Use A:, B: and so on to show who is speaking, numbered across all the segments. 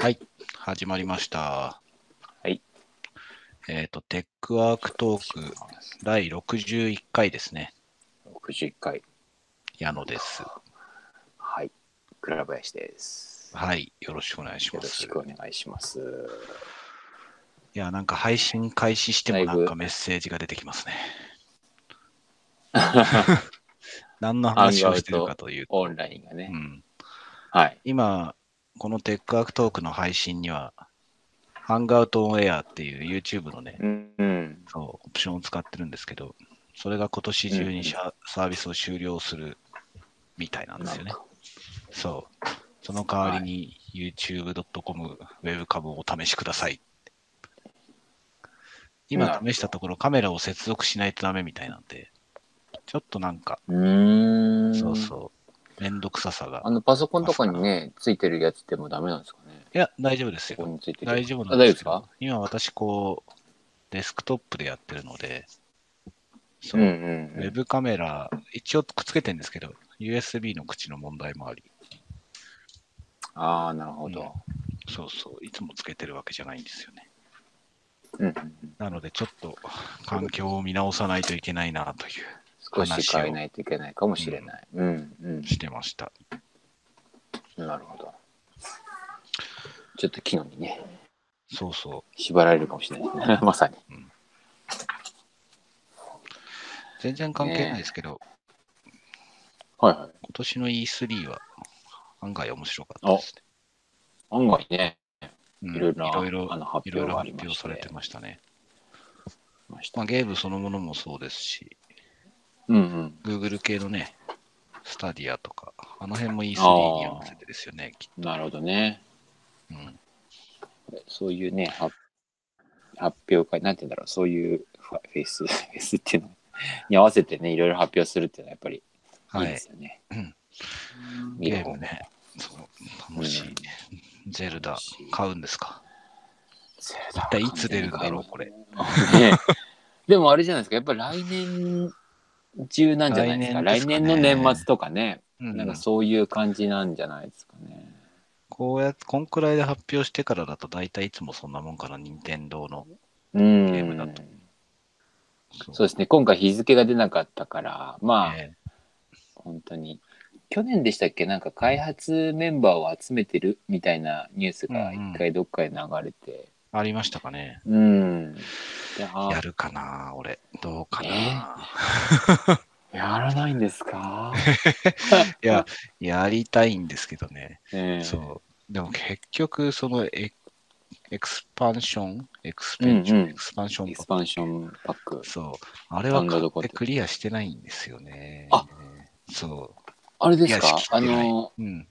A: はい、始まりました。
B: はい。
A: えっ、と、テックワークトーク第61回ですね。
B: 61回。
A: 矢野です。
B: はい。倉林です。
A: はい、よろしくお願いし
B: よ
A: ま
B: ろし
A: す。
B: くお願いします。
A: いや、なんか配信開始して
B: だ
A: も
B: い
A: な
B: ぶ
A: んかメッセージが出てき ますね。何の話をしてるかというと、
B: オンラインが
A: う
B: ね。
A: ん、
B: はい。
A: 今、このテックワークトークの配信には、ハンガウトオンエアっていう YouTube のね、
B: うん。
A: そう、オプションを使ってるんですけど、それが今年中にシャサービスを終了するみたいなんですよね。そう。その代わりに youtube.com ウェブ株をお試しください。今
B: なるほど
A: 試したところカメラを接続しないとダメみたいなんで、ちょっとなんか、
B: うーん。
A: そう
B: う。
A: そう、めんどくささが
B: あ。の、パソコンとかにね、ついてるやつでもダメなんですかね。
A: いや、大丈夫です
B: ここ
A: よ。
B: についてる。
A: 大丈夫
B: あ
A: な
B: 大
A: ん
B: 丈夫
A: で
B: ですす
A: けど
B: か
A: 今私こう、デスクトップでやってるので、そうう、
B: んう
A: ウェ
B: ん
A: ブカメラ、一応くっつけてるんですけど、USB の口の問題もあり、
B: うん。ああ、なるほど。
A: そうそう、いつもつけてるわけじゃないんですよね。
B: うんうん。
A: なので、ちょっと環境を見直さないといけないなとい
B: 少し変えないといけないかもしれない。うんうん
A: う、してました。
B: うん。なるほど。ちょっと機能にね、
A: そうそ
B: 縛られるかもしれない ですね。まさに。
A: う。全然関係ないですけど、
B: はいはい。
A: 今年の E3 は案外面白かったですね。
B: 案外ね、
A: うん
B: いろいろな、
A: いろい
B: あ
A: ろ
B: の発
A: いろい
B: 表
A: ろ
B: があ
A: 発
B: りま
A: 表
B: し
A: され
B: て
A: てましたね。
B: ました
A: まあ、ゲームそのものもそうですし、
B: うんうん。
A: Google 系のね、スタディアとか、あの辺も E3 に合わせてですよね。き
B: なるほどね。
A: うん、
B: そういうね、は発表会、なんて言うんだろう、そういうフェイス、フ ェイスっていうのに合わせてね、いろいろ発表するっていうのはやっぱりいい
A: は
B: で
A: い。
B: すよね。
A: うん
B: 見
A: ゲ
B: る
A: ー
B: 方も
A: ムね。そう、楽しい。ゼルダ、買うんですか
B: ゼルダは
A: 一体いつ出るんだろうこれ
B: ねでもあれじゃないですか、やっぱり来年中なんじゃないですか。
A: 来年で
B: 来
A: すか
B: 年
A: ね
B: の年末とかね、
A: うん
B: なんかそういう感じなんじゃないですかね。
A: こうやって、こんくらいで発表してからだと、大体いつもそんなもんかな、任天堂の。
B: うん。
A: ゲームだと
B: そうですね、今回日付が出なかったから、まあ、
A: え
B: 本当に去年でしたっけなんか開発メンバーを集めてるみたいなニュースが
A: うんうん
B: 一回どっかで流れて
A: ーありましたかね。
B: うん、であ
A: やるかな、俺。どうかな。
B: やらないんで すか、
A: いや、やりたいんですけどね。
B: ええ
A: そう。でも結局、そのエ、エクスパンションエクスペンション、
B: うんうん
A: エクスパンション
B: エ
A: と
B: スパンションパック
A: そう。あれは
B: ダウンロード
A: 買
B: コ
A: って
B: ンテ
A: クリアしてないんですよね。
B: あ
A: そ
B: あれです
A: いや
B: か
A: 知って
B: あ
A: ない
B: の
A: う。うん。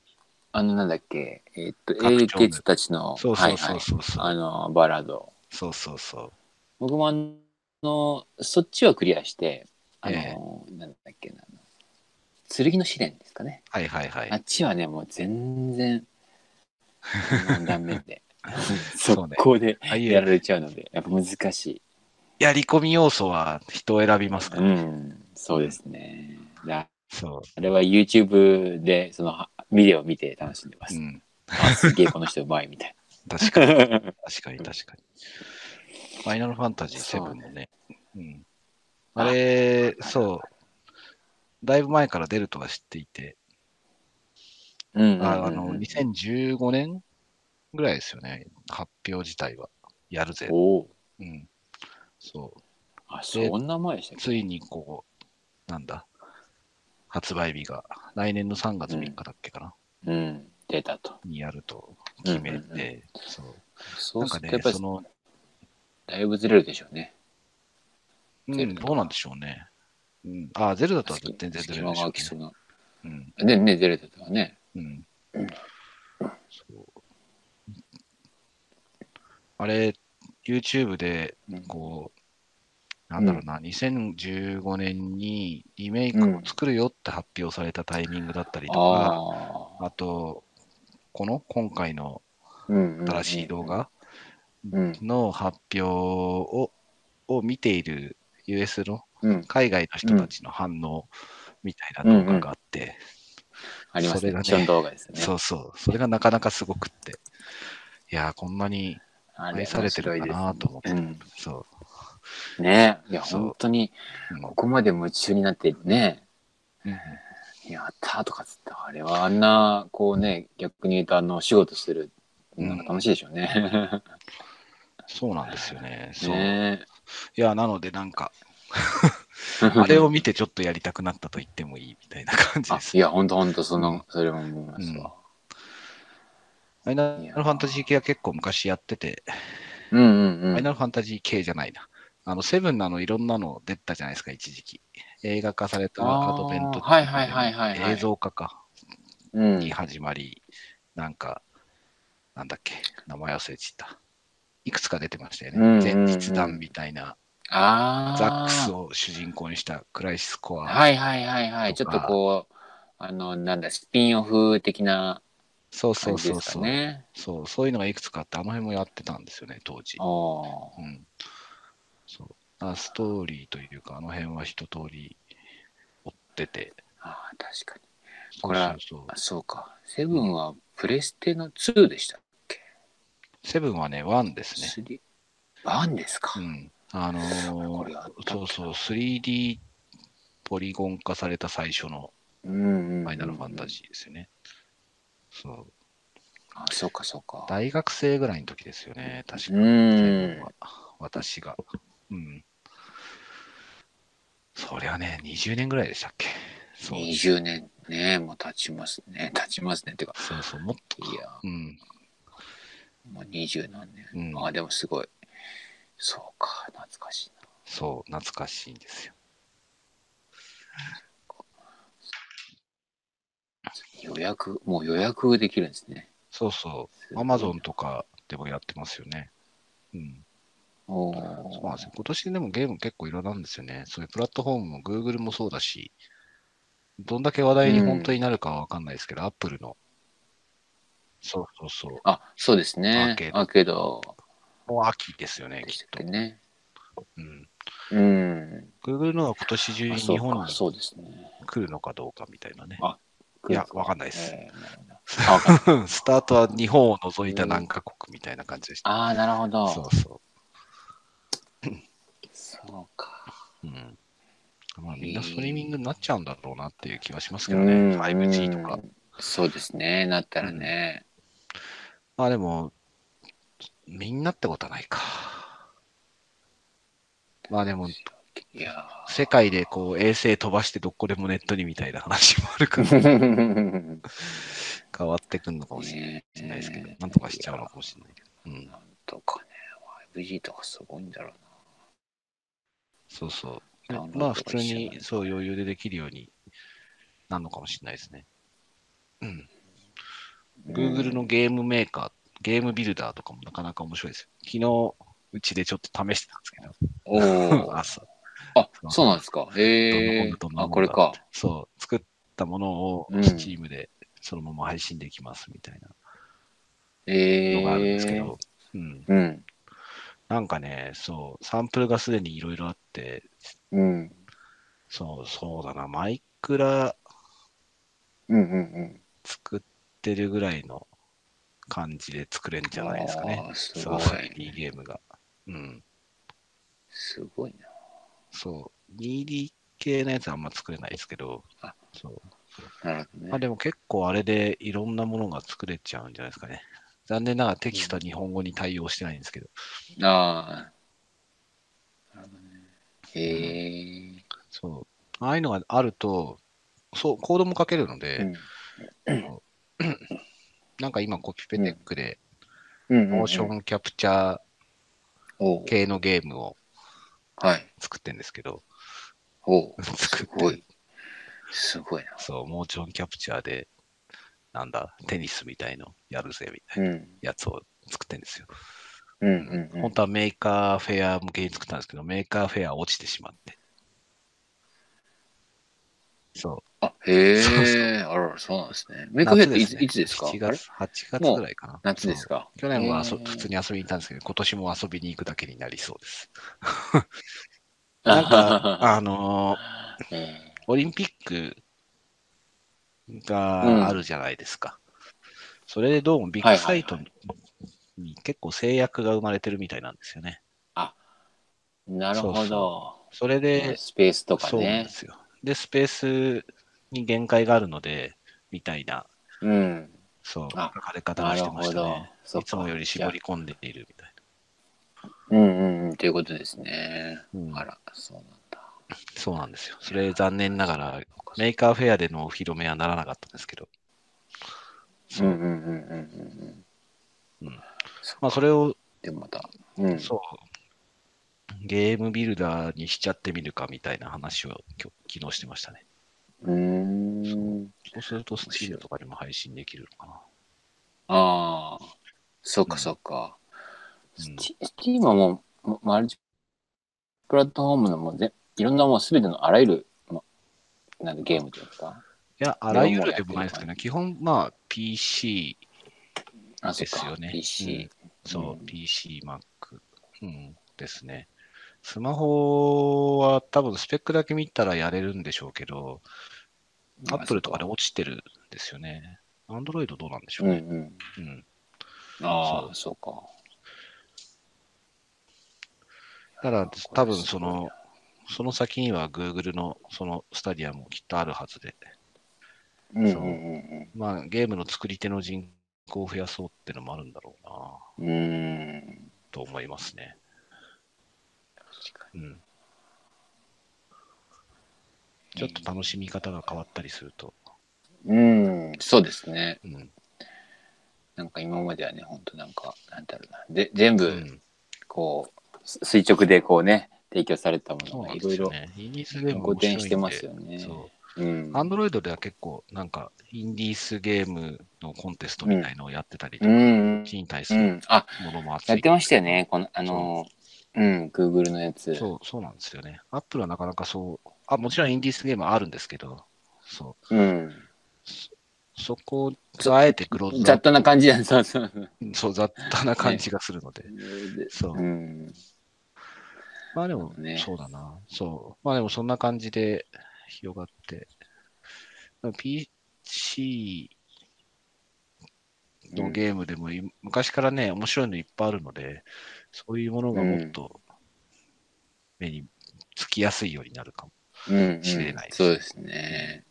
B: あのなんだっけえっと
A: 拡張部
B: 英傑たちの
A: そうそうそうそうそう。
B: はいはい、あのバラード
A: そうそうそう。
B: 僕もあのそっちはクリアしてあの、
A: え
B: なんだっけな剣の試練ですかね
A: はいはいはい。
B: あっちはね、もう全 然、断面で。
A: そう
B: 速
A: ね
B: 攻で
A: ああい
B: や
A: う
B: られちゃうので、やっぱ難しい。
A: やり込み要素は人を選びますか
B: う
A: らね。
B: ん、そうですね。であ
A: そ
B: あれは YouTube で、そのはビデオを見て楽しんでま
A: う。
B: す。
A: うん。
B: あすげえ、この人うまいみたい
A: 確かに、
B: な。
A: 確かに、確かに。ファイナルファンタジー7もね。うん。あ
B: あ
A: れ、そう。だいぶ前から出るとは知っていて、
B: うんうんう ん
A: ああの、2015年ぐらいですよね。発表自体は。やるぜ。
B: おお。
A: うん。そう。
B: あ、そんな前でしたっけ
A: ついにこう、なんだ。発売日が、来年の3月3日だっけかな。
B: うん、出たと。
A: にやると決め
B: うんうんう
A: て、そう。
B: そ
A: な
B: うんす
A: か
B: る
A: ね
B: と、やっ、ぱり
A: その、
B: だいぶずれるでしょうね。
A: う
B: ゼ
A: ん、
B: ルダ
A: どうなんでしょうね。うん、ああ、ゼルダとは全然ずれ
B: 隙
A: る
B: 間
A: で
B: が
A: しょう、
B: 空
A: ね
B: きそうな。
A: うん。
B: ね、ね、ずれてたわね。
A: うん
B: うん。
A: そう。あれ、YouTube で、
B: うん
A: こう、なんだろうな、2015年にリメイクを作るよって発表されたタイミングだったりとか、
B: ああ。
A: あと、この今回の新
B: 新
A: しい動画
B: うん
A: の発表をを見ている US の
B: うん、
A: 海外の人たちの反応みたいな動画があって、
B: ありま
A: そ
B: す
A: れがね
B: ね。リアクション動画ですね。
A: そうそう、それがなかなかすごくって、いやー、こんなに
B: あ
A: 愛されてるんだなと思って。
B: 面白いで
A: そ
B: すねえ。いや、
A: そう
B: 本当に、
A: う。うん
B: ここまで夢中になってね、
A: うん
B: やったーとかっつって、あれはあんな、こうね、逆に言うと、あの、仕事する、なんか楽しいでしょうね。
A: そうなんですよね。 そう。い
B: ね
A: や、なのでなんか、
B: え
A: あれを見てちょっとやりたくなったと言ってもいいみたいな感じ
B: あ
A: で、す。
B: いや、ほんとほんと、その、それも思いますわ。
A: ファイナルファンタジー系は結構昔やってて、
B: うんうんう
A: ファイ
B: ん。
A: ナルファンタジー系じゃないな。あの、セブンなのいろんなの出たじゃないですか、一時期。映画化された
B: あー
A: アドベントとか
B: はいはいはいはいはい
A: 映像化か、
B: うん
A: に始まり、なんか、なんだっけ、名前忘れちゃった。いくつか出てましたよね。
B: うんうんうん
A: 前日談みたいな、
B: ああ。
A: ザックスを主人公にしたクライシスコア。
B: はいはいはいはい。ち
A: と
B: ょ
A: か
B: っとこう、あの、なんだ、スピンオフ的な
A: そうそ
B: 感
A: う
B: じ
A: そ
B: で
A: う
B: す
A: そ
B: か
A: う、
B: ね。
A: そう。そういうのがいくつかあって、あの辺もやってたんですよね、当時。
B: おー
A: うん。そう。だからストーリーというか、あの辺は一通り追ってて。
B: あー確かに。これは
A: そうそう
B: あそうか。セブンはプレステの2でしたっけ
A: セブンはね、1ですね。
B: ?3? バンですか、
A: うん。あのー
B: これあったっけ
A: そうそう、3D ポリゴン化された最初の
B: うんうんうん
A: ファイナルファンタジーですよね。そう。
B: あ、そうかそうか。
A: 大学生ぐらいの時ですよね、確か
B: うー
A: 全
B: ん
A: 部は私が。うん。そりゃね、20年ぐらいでしたっけ。そう
B: 20年ね、もう経ちますね。経ちますね。てか、
A: そうそう、もっと。
B: いや、
A: うん。
B: もう20何年。
A: うん
B: あ、でもすごい。そうか、懐かしいな。
A: そう、懐かしいんですよ。
B: 予約、もう予約できるんですね。
A: そうそう、アマゾンとかでもやってますよね。うん。
B: お
A: そ
B: ー
A: うなんですよ今年でもゲーム結構いろいろなんですよね。そういうプラットフォームも Google もそうだし、どんだけ話題に本当になるかはわかんないですけど、Apple の。そうそうそう。
B: あ、そうですね。
A: ア
B: ア
A: ー
B: ー
A: ケ
B: ケ
A: ー
B: ー
A: ド
B: ド
A: もう秋ですよね、
B: で
A: き
B: し
A: ったと
B: っけ。ね。
A: うん。
B: うん。
A: Google のは今年中に
B: あ
A: 日
B: そう
A: 本
B: か、
A: に
B: そうですね。
A: 来るのかどうかみたいなね。
B: あ
A: いや、わかんないです。
B: えーあわかんない
A: スタートは日本を除いた何カ国みたいな感じでした。
B: あー、なるほど。
A: そうそう。
B: そうか。
A: うんまあ、みんなストリーミングになっちゃうんだろうなっていう気はしますけど
B: うん
A: ね、5G とか。。
B: そうですね。なったらね。
A: まあでも、みんなってことはないか。まあでも、
B: いや
A: 世界でこう衛星飛ばしてどこでもネットにみたいな話もある から、
B: ー。
A: 変わってくんのかもしれ
B: ねえ
A: ないですけど、なんとかしちゃうのかもしれないけど。うん、
B: なんとかね、5G とかすごいんだろ
A: そうそう。
B: う
A: で
B: な。
A: まあ普通
B: ダウンロードが
A: に
B: 一緒
A: そう余裕でできるようになるのかもしれないですね。うん。
B: だね
A: Google のゲームメーカー、ゲームビルダーとかもなかなか面白いですよ。昨日、うちでちょっと試してたんです
B: お
A: けど、
B: ー
A: 朝。
B: あ、そうなんですか。え
A: どん
B: ー、
A: なもんだどんなもん
B: あ、
A: だ
B: これか。
A: そう、作ったものを
B: うん
A: Steam でそのまま配信できますみたいな
B: え
A: のがあるんですけ
B: ー、
A: ど、うん。
B: うん。
A: なんかね、そう、サンプルがすでにいろいろあって、
B: うん。
A: そう、そうだな、マイクラ
B: うんうんうん。
A: 作ってるぐらいの感じで作れるんじゃないですかね。
B: あーす
A: そう、
B: ごい。
A: 3D ゲームが。うん。
B: すごいな。
A: そう、2D 系のやつはあんま作れないですけど
B: あ、
A: そう
B: なるほどね
A: まあ、でも結構あれでいろんなものが作れちゃうんじゃないですかね。残念ながらテキストは日本語に対応してないんですけど、
B: ああ。なるほどね。へえ。
A: そう。ああいうのがあると、そう、コードも書けるので、なんか今、コピペテックで、
B: うんうんうん
A: モーションキャプチャー
B: おう
A: 系のゲームを
B: はい。
A: 作ってるんですけど、
B: おう
A: 作
B: す
A: って
B: ご
A: る
B: い。すごいな。
A: そう、モーションキャプチャーで、なんだ、テニスみたいのやるぜみたいな
B: うん。
A: やつを作ってるんですよ。
B: うんうんう
A: 本
B: ん。
A: 当はメーカーフェア向けに作ったんですけど、メーカーフェア落ちてしまって。そ
B: あ、
A: そうそ
B: へえ。あら、そうなんですね。
A: う。
B: メイクフェアってい
A: 夏
B: つ
A: ね
B: いつですか
A: ?7
B: あれ
A: 月、8月ぐらいかな。
B: 夏ですか
A: 去年はそ
B: へー
A: 普通に遊びに行ったんですけど、今年も遊びに行くだけになりそうです。
B: あ
A: なん
B: は
A: か、あのー
B: は え
A: オリンピックがあるじゃないですか。それでどうもビッグサイトうん結構制約が生まれてるみたいなんですよね。
B: なるほど。
A: そうそれで、
B: スペースとか
A: そうなん
B: ね
A: で。すよ。で、スペースに限界があるので、みたいな、
B: うん。
A: そう、書
B: あ
A: かれ方をしてました
B: なるほど
A: ね。
B: そっ
A: い
B: か
A: つもより絞り込んでいるみたい
B: うんうんうん。ということですね。
A: な。うん
B: あら、そうなんだ。
A: そうなんですよ。それ残念ながら、メーカーフェアでのお披露目はならなかったんですけど、
B: うんうんうんうんうん。
A: うんまあそれを、
B: でもまた。うん。
A: そう、ゲームビルダーにしちゃってみるかみたいな話をきょ昨日してましたね。
B: うーん。
A: そうすると、スチールとかにも配信できるのか
B: ああ。そっかそっか。
A: うん
B: スチスチームはもう、もマルチプラットフォームのもうぜ、いろんなもうすべてのあらゆる、ま、なんだゲームというか。
A: な。いや、あらゆるでもないですけどね、基本、まあ、PC、
B: あ、そっ
A: です
B: か
A: よ。ね
B: PC。
A: そうう、
B: ん
A: PC、Mac、うん、ですね。スマホは多分スペックだけ見たらやれるんでしょうけど、
B: あ
A: Apple とかで落ちてるんですよね。Android どうなんでしょ
B: う
A: うん
B: う
A: ね。
B: ん。
A: うん。
B: ああ、そうか。
A: だから多分その、その先には Google のそのスタディアもきっとあるはずで、
B: うんうんうん
A: まあゲームの作り手の人口を増やそうってのもあるんだろうな
B: うん。うーん。
A: と思いますね。
B: 確か
A: うん。ちょっと楽しみ方が変わったりすると、
B: に。うん、そうですね。
A: うん。
B: なんか今まではね、本当なんか、なんだろうな。で、全
A: う
B: 部、
A: ん
B: こう、す垂直でこうね、提供されたも
A: そ
B: の
A: うな
B: が
A: ん
B: い
A: で
B: ろい
A: すよ
B: ろ
A: ね。イギリスでも
B: 補
A: 面白いん
B: 填
A: で
B: してますよね。。
A: そう
B: ん。
A: う。アンドロイドでは結構、なんか、インディースゲームのコンテストみたいのをやってたりと
B: う
A: か、
B: ん。
A: 地に対す
B: う
A: る
B: ん。あ、
A: ものも熱い。
B: やってましたよね。この、あの、うん、Google のやつ。。
A: そう、そうなんですよね。アップルはなかなかそう、あ、もちろんインディースゲームはあるんですけど、そう
B: うん。
A: う、そこをあえてクローズア
B: 雑
A: ッ
B: 多な感じだ。そうそうそう。
A: プ、そう、雑多な感じがするので、そう
B: う。ん。
A: まあでも、
B: ね
A: そうだな。そう。まあでもそんな感じで広がって。PC のゲームでもい、昔からね、面白いのいっぱいあるので、そういうものがもっと目につきやすいようになるかも。
B: うん、うん。
A: 知れないです
B: そうですね。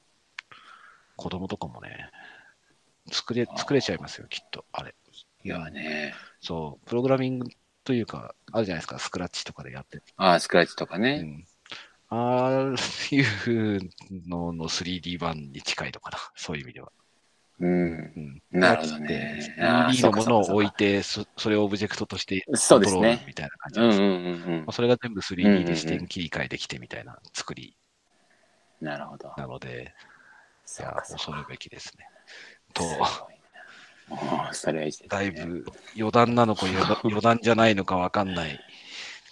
A: 子供とかもね、作れ、作れちゃいますよ、きっと。あれ。
B: いやね。
A: そう、プログラミングというか、あるじゃないですか、スクラッチとかでやって
B: あ、スクラッチとかね。
A: うんああいうのの 3D 版に近いのかな、そういう意味では。
B: うん。
A: うん、
B: なるほどねあー
A: 3D の
B: そうか
A: も
B: そ
A: の
B: うか
A: を置いて、そそれをオブジェクトとして
B: そうです
A: コント
B: ね
A: ロールみたいな感じ
B: うん
A: で
B: うん
A: す。
B: う
A: ま
B: ん
A: あそれが全部 3D で視点切り替えできてみたいな作り
B: うん。なるほど。
A: なので、い
B: そう
A: や
B: かそう
A: 恐
B: か
A: るべきですね。と、
B: すごいなおーそれはいいですね
A: だいぶ余談なのか 余談余談じゃないのかわかんない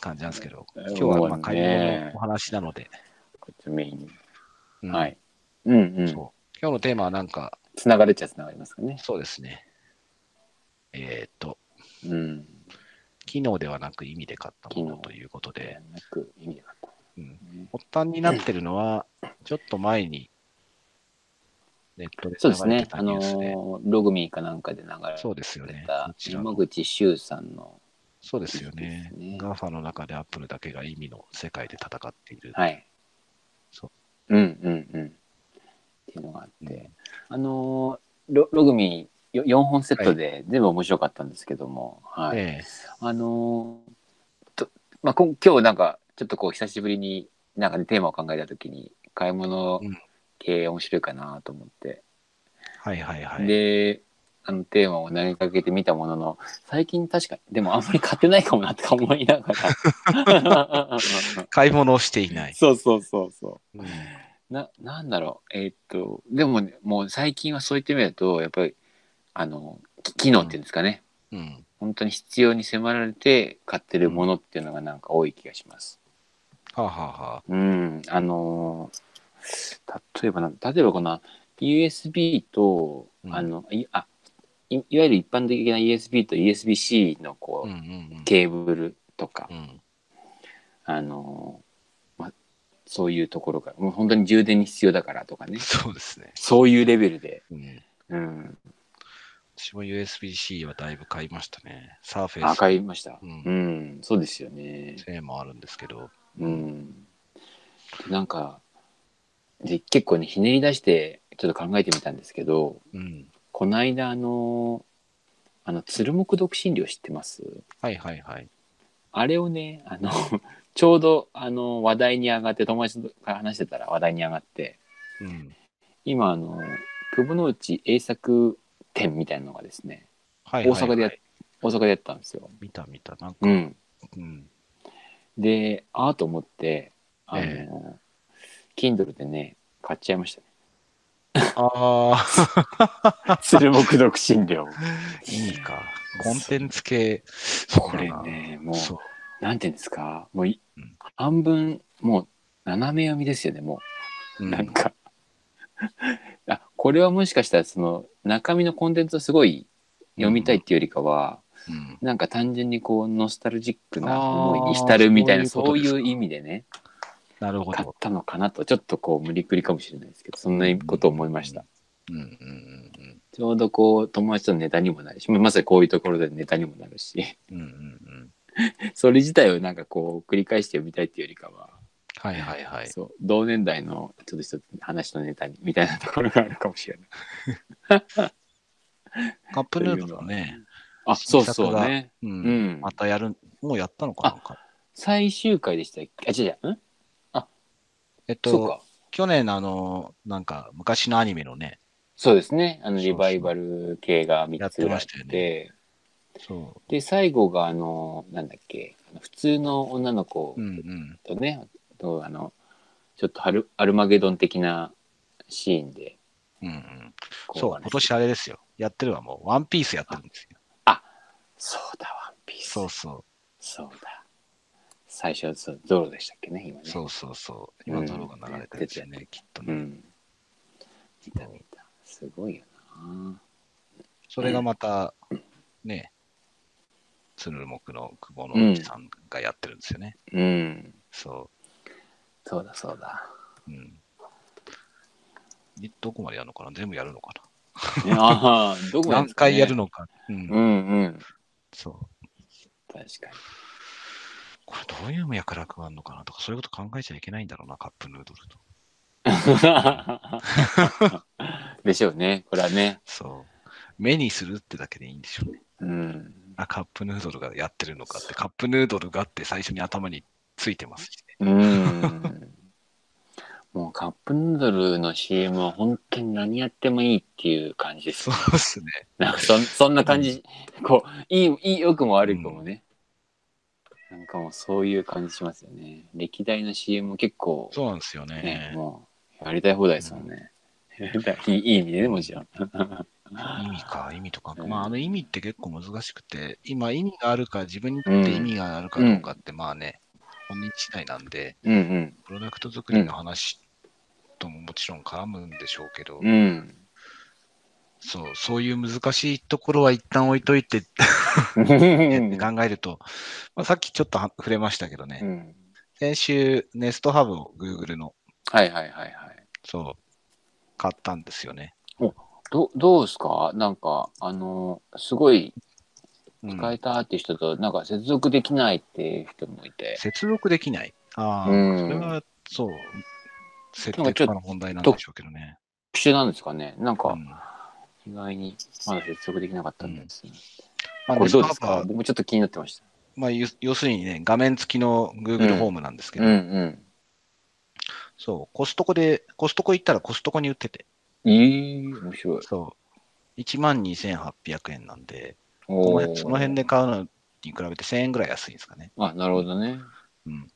A: 感じなんですけど、今日はまあ買い物のお話なので、
B: こっちメインに
A: うん
B: はい。うんうん。
A: そう今日のテーマはなんか、
B: つながれちゃつながりますかね。
A: そうですね。えっ、と、
B: うん。
A: 機能ではなく意味で買ったもの
B: 機能
A: ということで、
B: なく意味なかっ
A: うん、
B: たね。
A: 発端になってるのは、ちょっと前にネットで
B: そうです
A: 流れ
B: ね
A: て。た
B: あ
A: ニュ
B: の
A: ースで、
B: ー、ログミーかなんかで流
A: そうですよ
B: れ
A: ね。
B: た
A: こちらの
B: 山口周さんの、
A: そうですよね
B: いいですね。
A: ガーファの中でアップルだけが意味の世界で戦っている。
B: はい。。
A: そう
B: うんうんうん。っていうのがあって、
A: うん
B: あのーロログミー4本セットで全部面白かったんですけども、はい。
A: ええ
B: あのーとまあ、こん今日なんかちょっとこう久しぶりになんか、ね、テーマを考えた時に買い物
A: うん
B: 系面白いかなと思って、
A: はいはいはい。
B: であのテーマを投げかけてみたものの最近確かにでもあんまり買ってないかもなとか思いなが ら
A: 買い物をしていない。
B: そうそうそうそ
A: うん
B: うななんだろうえーっとでも、ね、もう最近はそう言ってみるとやっぱりあのき機能っていうんですかね、
A: うん、
B: 本当に必要に迫られて買ってるものっていうのがなんか多い気がします。
A: はあ、はあはあ、
B: うん、あのー例えばな、例えばこの USB と、
A: うん
B: あの、いあい、いわゆる一般的な USB と USB-C のこ
A: う
B: う、
A: んうんうん。
B: ケーブルとか、
A: うん
B: あのーま、そういうところから、もう本当に充電に必要だからとかね、
A: そうですね。
B: そういうレベルで、
A: うん
B: うん、
A: 私も USB-C はだいぶ買いましたね。サーフェ
B: あ、
A: イス
B: 買いました。
A: う
B: うんん、そうですよね。
A: せいもあるんですけど、
B: うん。なんか、で結構ね、ひねり出して、ちょっと考えてみたんですけど、
A: うん。
B: この間、あの、あの、鶴木独身寮知ってます
A: はいはいはい。
B: あれをね、あの、 ちょうど、あの、話題に上がって、友達と話してたら話題に上がって、
A: うん。
B: 今、あの、久保之内英作展みたいなのがですね、
A: はい
B: 大阪でやっ大阪でやったんですよ。
A: 見た見た。なんか、
B: うん。
A: うん。
B: で、ああと思って、あの、
A: え
B: Kindle でね、買っちゃい ましたね。
A: あ
B: 鶴木独身寮。
A: あ、いいか。コンテンツ系、そう
B: こ
A: だ
B: れ
A: な。
B: ね、もう、
A: そう。
B: なんていうんですか、もうい
A: うん、
B: 半分、もう、斜め読みですよね、もう。
A: うん
B: なんか、あこれはもしかしたらその中身のコンテンツをすごい読みたいっていうよりかは、
A: うん
B: なんか単純にこうノスタルジックな
A: あー
B: 思いに浸るみたいな
A: そ
B: そうう
A: いうことですか
B: いう意味でね
A: なるほ
B: 買っ
A: ど。
B: たのかなとちょっとこう無理くりかもしれないですけどそんなことを思いました、
A: うんうんうん
B: ちょうどこう友達とのネタにもなるしまさにこういうところでネタにもなるし
A: うん。うんうんうん。
B: それ自体をなんかこう繰り返して読みたいっていうよりかは、
A: はいはいはい。
B: そう同年代のちょっと一つ話のネタにみたいなところがあるかもしれない
A: カップヌードルはね、
B: あそうそうね
A: う。
B: うんん
A: ま、たやる、もうやったのかな
B: 最終回でしたっけあ違う違う、ん
A: えっ
B: そう
A: と、
B: か
A: 去年のあの、なんか昔のアニメのね、
B: そうですねあ
A: そ
B: の
A: うそう
B: リバイバル系が3つぐらいあっ
A: やってました
B: て
A: そ
B: で最後があのなんだっけあの普通の女の子
A: う。うんうん。
B: とね、あとあのちょっとアルアルマゲドン的なシーンで
A: うんうん、
B: こ
A: そう、今年あれですよ。やってるわ、もう、ワンピースやってるんですよ。
B: そうだワンピース
A: そうそ
B: そうだ最初そうゾロでしたっけね今
A: う、
B: ね
A: そうそうそう。今、ドローが流れてるんですよね、きっと
B: う
A: ね。
B: ん見た見たすごいよな
A: それがまた、ね、鶴木の久保のさんがやってるんですよね。
B: うん
A: そ
B: そうだそうだ
A: う。うん。どこまでやるのかな全部やるのか
B: ねああ、どこ
A: な何回やる
B: の
A: のか。うん
B: う。んうん。
A: そう。
B: 確か
A: これどういう脈絡があるのかなとか、そういうこと考えちゃいけないんだろうな、カップヌードルと。
B: に。でしょうね、これはね。
A: そう。目にするってだけでいいんでしょうね。
B: うん。
A: あ、カップヌードルがやってるのかって、カップヌードルがって最初に頭についてますしね。
B: うん。もうカップヌードルの CM は本当に何やってもいいっていう感じです
A: そ。うですね。
B: なんかそんそんな感じ、こう、いい、いい、良くも悪くもね。なんかもうそういう感じしますよね。歴代の CM も結構、
A: そうなんですよ
B: ね
A: ね、。
B: もう、やりたい放題ですもんね。 いいいい意味でね、もちろん。
A: 意味か、意味とか。
B: うん
A: まあ、あの意味って結構難しくて、今意味があるか、自分にとって意味があるかどうかって、まあね、本人次第なんで、
B: うんうん。
A: プロダクト作りの話とももちろん絡むんでしょうけど、
B: うん。
A: そう、そういう難しいところは一旦置いといて、
B: うん
A: 考えると、まあ、さっきちょっとは触れましたけどね、
B: うん
A: 先週、ネストハブを Google の、
B: はいはいはいはい。
A: そう、買ったんですよね。
B: どどうですかなんか、あの、すごい
A: うん
B: 使えたっていう人と、なんか接続できないっていう人もいて、
A: 接続できない。ああ、
B: うん
A: それは、そう、設定とかの問題なんでしょうけどね。
B: 特殊なんですかねなん
A: う
B: か
A: ん、
B: 意外にまだ接続できなかったんです、
A: まあ
B: こ
A: ネ
B: れ
A: ス
B: どう
A: ト
B: で
A: ハ
B: す
A: ブ
B: か
A: は、
B: 僕もちょっと気になってました。
A: まあ、ゆ要するにね、画面付きの Google ホームなんですけ
B: う
A: ど、
B: んう
A: そう、コストコで、コストコ行ったらコストコに売ってて、
B: ん。ええ面白い。
A: そう、12,800円なんで、
B: お
A: こ
B: ー
A: の辺その辺で。買うのに比べて1000円ぐらい安いんですかね。
B: あ、なるほどね。
A: うん、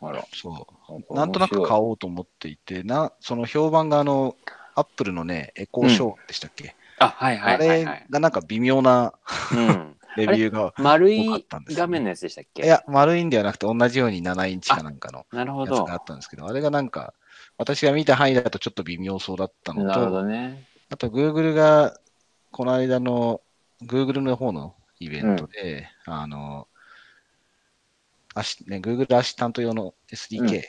B: あら。
A: そう。
B: なんか
A: なんとなく買
B: 面白い
A: おうと思っていて、なその評判があの、アップルのね、エコーショーでしたっけ、
B: あ、はいはいはい、は
A: あれ
B: い。
A: がなんか微妙な
B: うん。
A: レビューが、
B: 丸
A: 多かっ
B: い
A: たんですね
B: 画面のやつでしたっけ
A: いや、丸いんではなくて、同じように7インチかなんかの
B: なるほ
A: やつ
B: ど
A: があ。ったんですけど、あれがなんか、私が見た範囲だとちょっと微妙そうだったの
B: なるほ
A: と、
B: どね。
A: あと Google が、この間の Google の方のイベントで、あの、アシね、Google アシスタント用の SDK、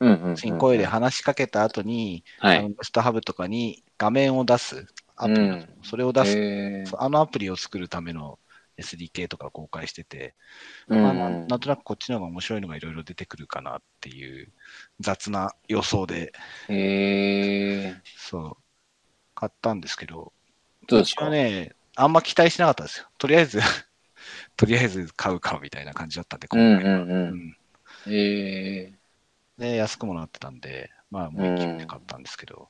B: うんうん、うん。
A: に声で話しかけた後に、
B: は
A: あの
B: い。
A: スタハブとかに画面を出す、アプリなんですよそれを出す、
B: へー
A: あのアプリを作るための SDK とか公開してて、
B: うん
A: まあななんとなくこっちの方が面白いのがいろいろ出てくるかなっていう雑な予想で、
B: へえ。
A: そう、買ったんですけど、
B: どうです
A: 私は
B: か
A: ね、あんま期待しなかったんですよ。とりあえず、 とりあえず買うかみたいな感じだったんで、
B: うん
A: 今
B: う
A: 回は
B: んう。
A: うんん
B: へえ。
A: で、安くもなってたんで、まあ、もう一気で買ったんですけど、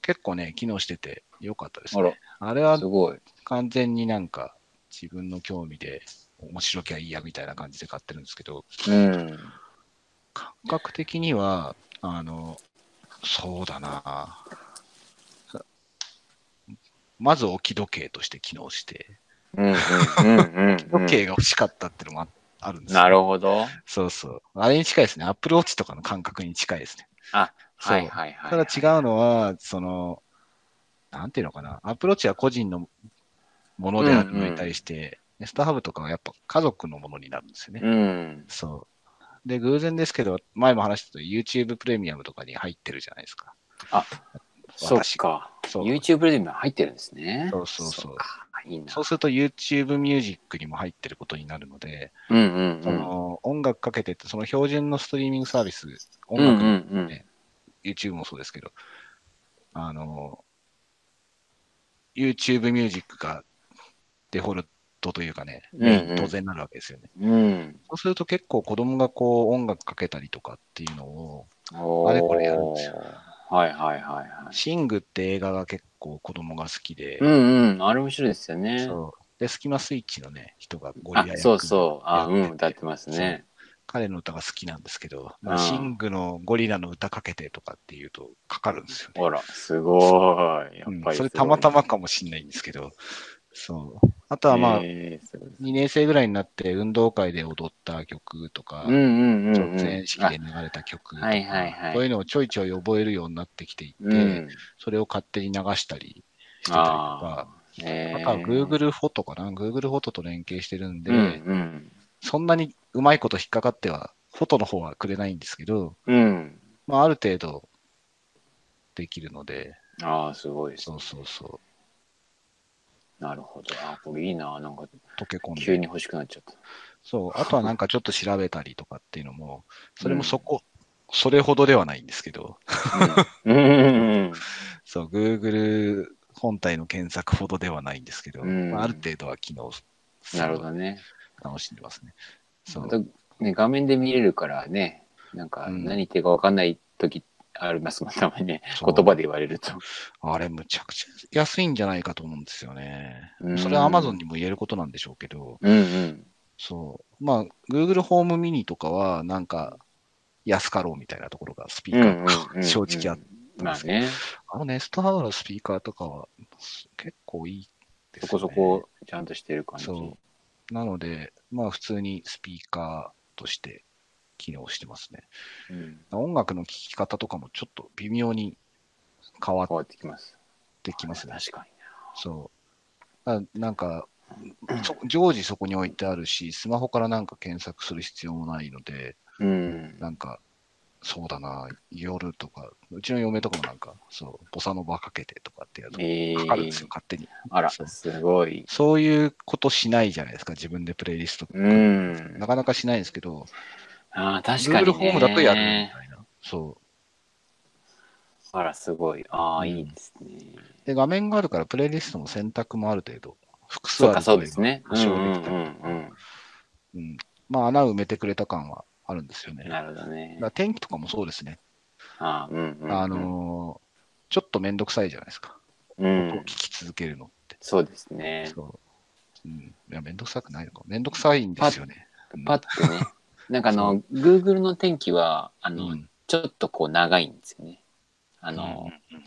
A: 結構ね、機能してて良かったです
B: あ
A: ね。あれは
B: ら、すごい。
A: 完全になんか自分の興味で面白きゃいいやみたいな感じで買ってるんですけど、
B: うん。
A: 感覚的には、あの、そうだなまず置き時計として機能して、
B: うんうんうんうん。
A: 時計が欲しかったっていうのもああるんですよ
B: なるほど。
A: そうそう。あれに近いですね。アップルウォッチとかの感覚に近いですね。
B: あ、
A: そう
B: はいはいはい。
A: ただ違うのは、その、なんていうのかな。アップルウォッチは個人のものであるのに対して、ネストハブとかはやっぱ家族のものになるんですよね。
B: うん。
A: そう。で、偶然ですけど、前も話したと YouTube プレミアムとかに入ってるじゃないですか。
B: そっか。
A: そう。
B: YouTube でも入ってるんですね。
A: そうそうそう
B: かいいな
A: そ。うすると YouTube ミュージックにも入ってることになるので、
B: うんうん
A: そ
B: うん。
A: の音楽かけてって、その標準のストリーミングサービス、
B: う
A: 音
B: ん
A: 楽
B: う
A: の
B: ん
A: ね YouTube もそうですけど、あの、YouTube ミュージックがデフォルトというかね、
B: うんうん
A: メイン当然になるわけですよね。
B: うん。うん。
A: そうすると結構子供がこう音楽かけたりとかっていうのを、
B: おー
A: あれこれやるんですよ
B: はいはいはいはい。
A: シングって映画が結構子供が好きで、
B: うんうん。あれ面白いですよね。
A: そうで、スキマスイッチのね、人がゴリ
B: あ
A: ラ、役
B: そうそう。あ、う
A: やって
B: ん。
A: て
B: 歌ってますね。
A: 彼の歌が好きなんですけど、ま
B: う
A: あ、
B: ん
A: シングのゴリラの歌かけてとかっていうとかかるんですよね。
B: ほら、すごい。や
A: うん
B: っぱりすごい。
A: それたまたまかもしれないんですけど、そう。あとはまあ、
B: えーすごい
A: 2年生ぐらいになって運動会で踊った曲とか、
B: うんうんうんうん。
A: 卒園式で流れた曲とか、
B: あはいはいはい
A: そういうのをちょいちょい覚えるようになってきていて、
B: あうん。
A: それを勝手に流したりしてたりと
B: あ
A: か、
B: ーえ
A: あ
B: ー
A: とは Google フォトかな、Google フォトと連携してるんで、
B: うんうん。
A: そんなにうまいこと引っかかっては、フォトの方はくれないんですけど、
B: うん。
A: まあ、ある程度できるので、
B: ああ、すごいです
A: そ。うそうそ
B: なるほど。あこれいいな。なんか、
A: う、溶け込んで
B: 急に欲しくなっ ちゃった。
A: そう、あとはなんかちょっと調べたりとかっていうのも、それもそこ、それほどではないんですけど、
B: うんうん
A: そう、Google 本体の検索ほどではないんですけど、
B: うん
A: まあ、ある程度は機能
B: うん。なるほどね。
A: 楽しんでますね。そ
B: ま
A: う
B: たね、画面で見れるからね、なんか
A: うん
B: 何言ってるか分かんない時ありますもん、たまにね、
A: そう
B: 言葉で言われると。
A: あれ、むちゃくちゃ安いんじゃないかと思うんですよね。
B: うん
A: それは Amazon にも言えることなんでしょうけど、
B: うんうん。
A: そう。まあ、Google ホームミニとかは、なんか、安かろうみたいなところがスピー
B: うん
A: カ
B: うん
A: ー
B: うんうん
A: が 正直あって、
B: まあね、
A: あのネストハウのスピーカーとかは結構いいです
B: そ
A: ね。
B: こそこちゃんとしてる感じ。
A: そう。なので、まあ普通にスピーカーとして機能してますね。
B: うん
A: 音楽の聴き方とかもちょっと微妙に変わっ
B: 変わってきます。
A: てきますね。
B: 確か
A: そう。あなんか、そ常時そこに置いてあるし、スマホからなんか検索する必要もないので、
B: にな。うん。
A: なんか、そうだな、夜とか、うちの嫁とかもなんか、そう、ボサノバかけてとかってやると、
B: え
A: かかるんですよ、
B: ー、
A: 勝手に。
B: あら、
A: そう
B: すごい。
A: そういうことしないじゃないですか、自分でプレイリスト。
B: うん
A: な。かなかしないんですけど、
B: ああ、確かに、ね。
A: Google ホームだとやるみたいな。そう。
B: あら、すごい。
A: う
B: ああ、
A: ん
B: いいですね。
A: で、画面があるから、プレイリストの選択もある程度、複数
B: そう
A: あ
B: か、
A: る
B: そ
A: 程
B: う
A: 度
B: ですね。う
A: 保
B: んう
A: 証
B: ん
A: で
B: う
A: きたり
B: ん
A: うんまあ、穴を埋めてくれた感はあるんですよ
B: う
A: ね。
B: ん。
A: だか
B: なるほどね。
A: ら天気とかもそうですね。
B: あーうんうんうん。
A: あのーちょっとめんどくさいじゃないですか。
B: う
A: こうん聞。き続けるのって。
B: そうですね。
A: そう。うん。いや、めんどくさくないのか。めんどくさいんですよね。うん
B: パッ とね。なんかあの、Google の天気は、あの、
A: うん
B: ちょっとこう長いんですよね。あの、
A: うん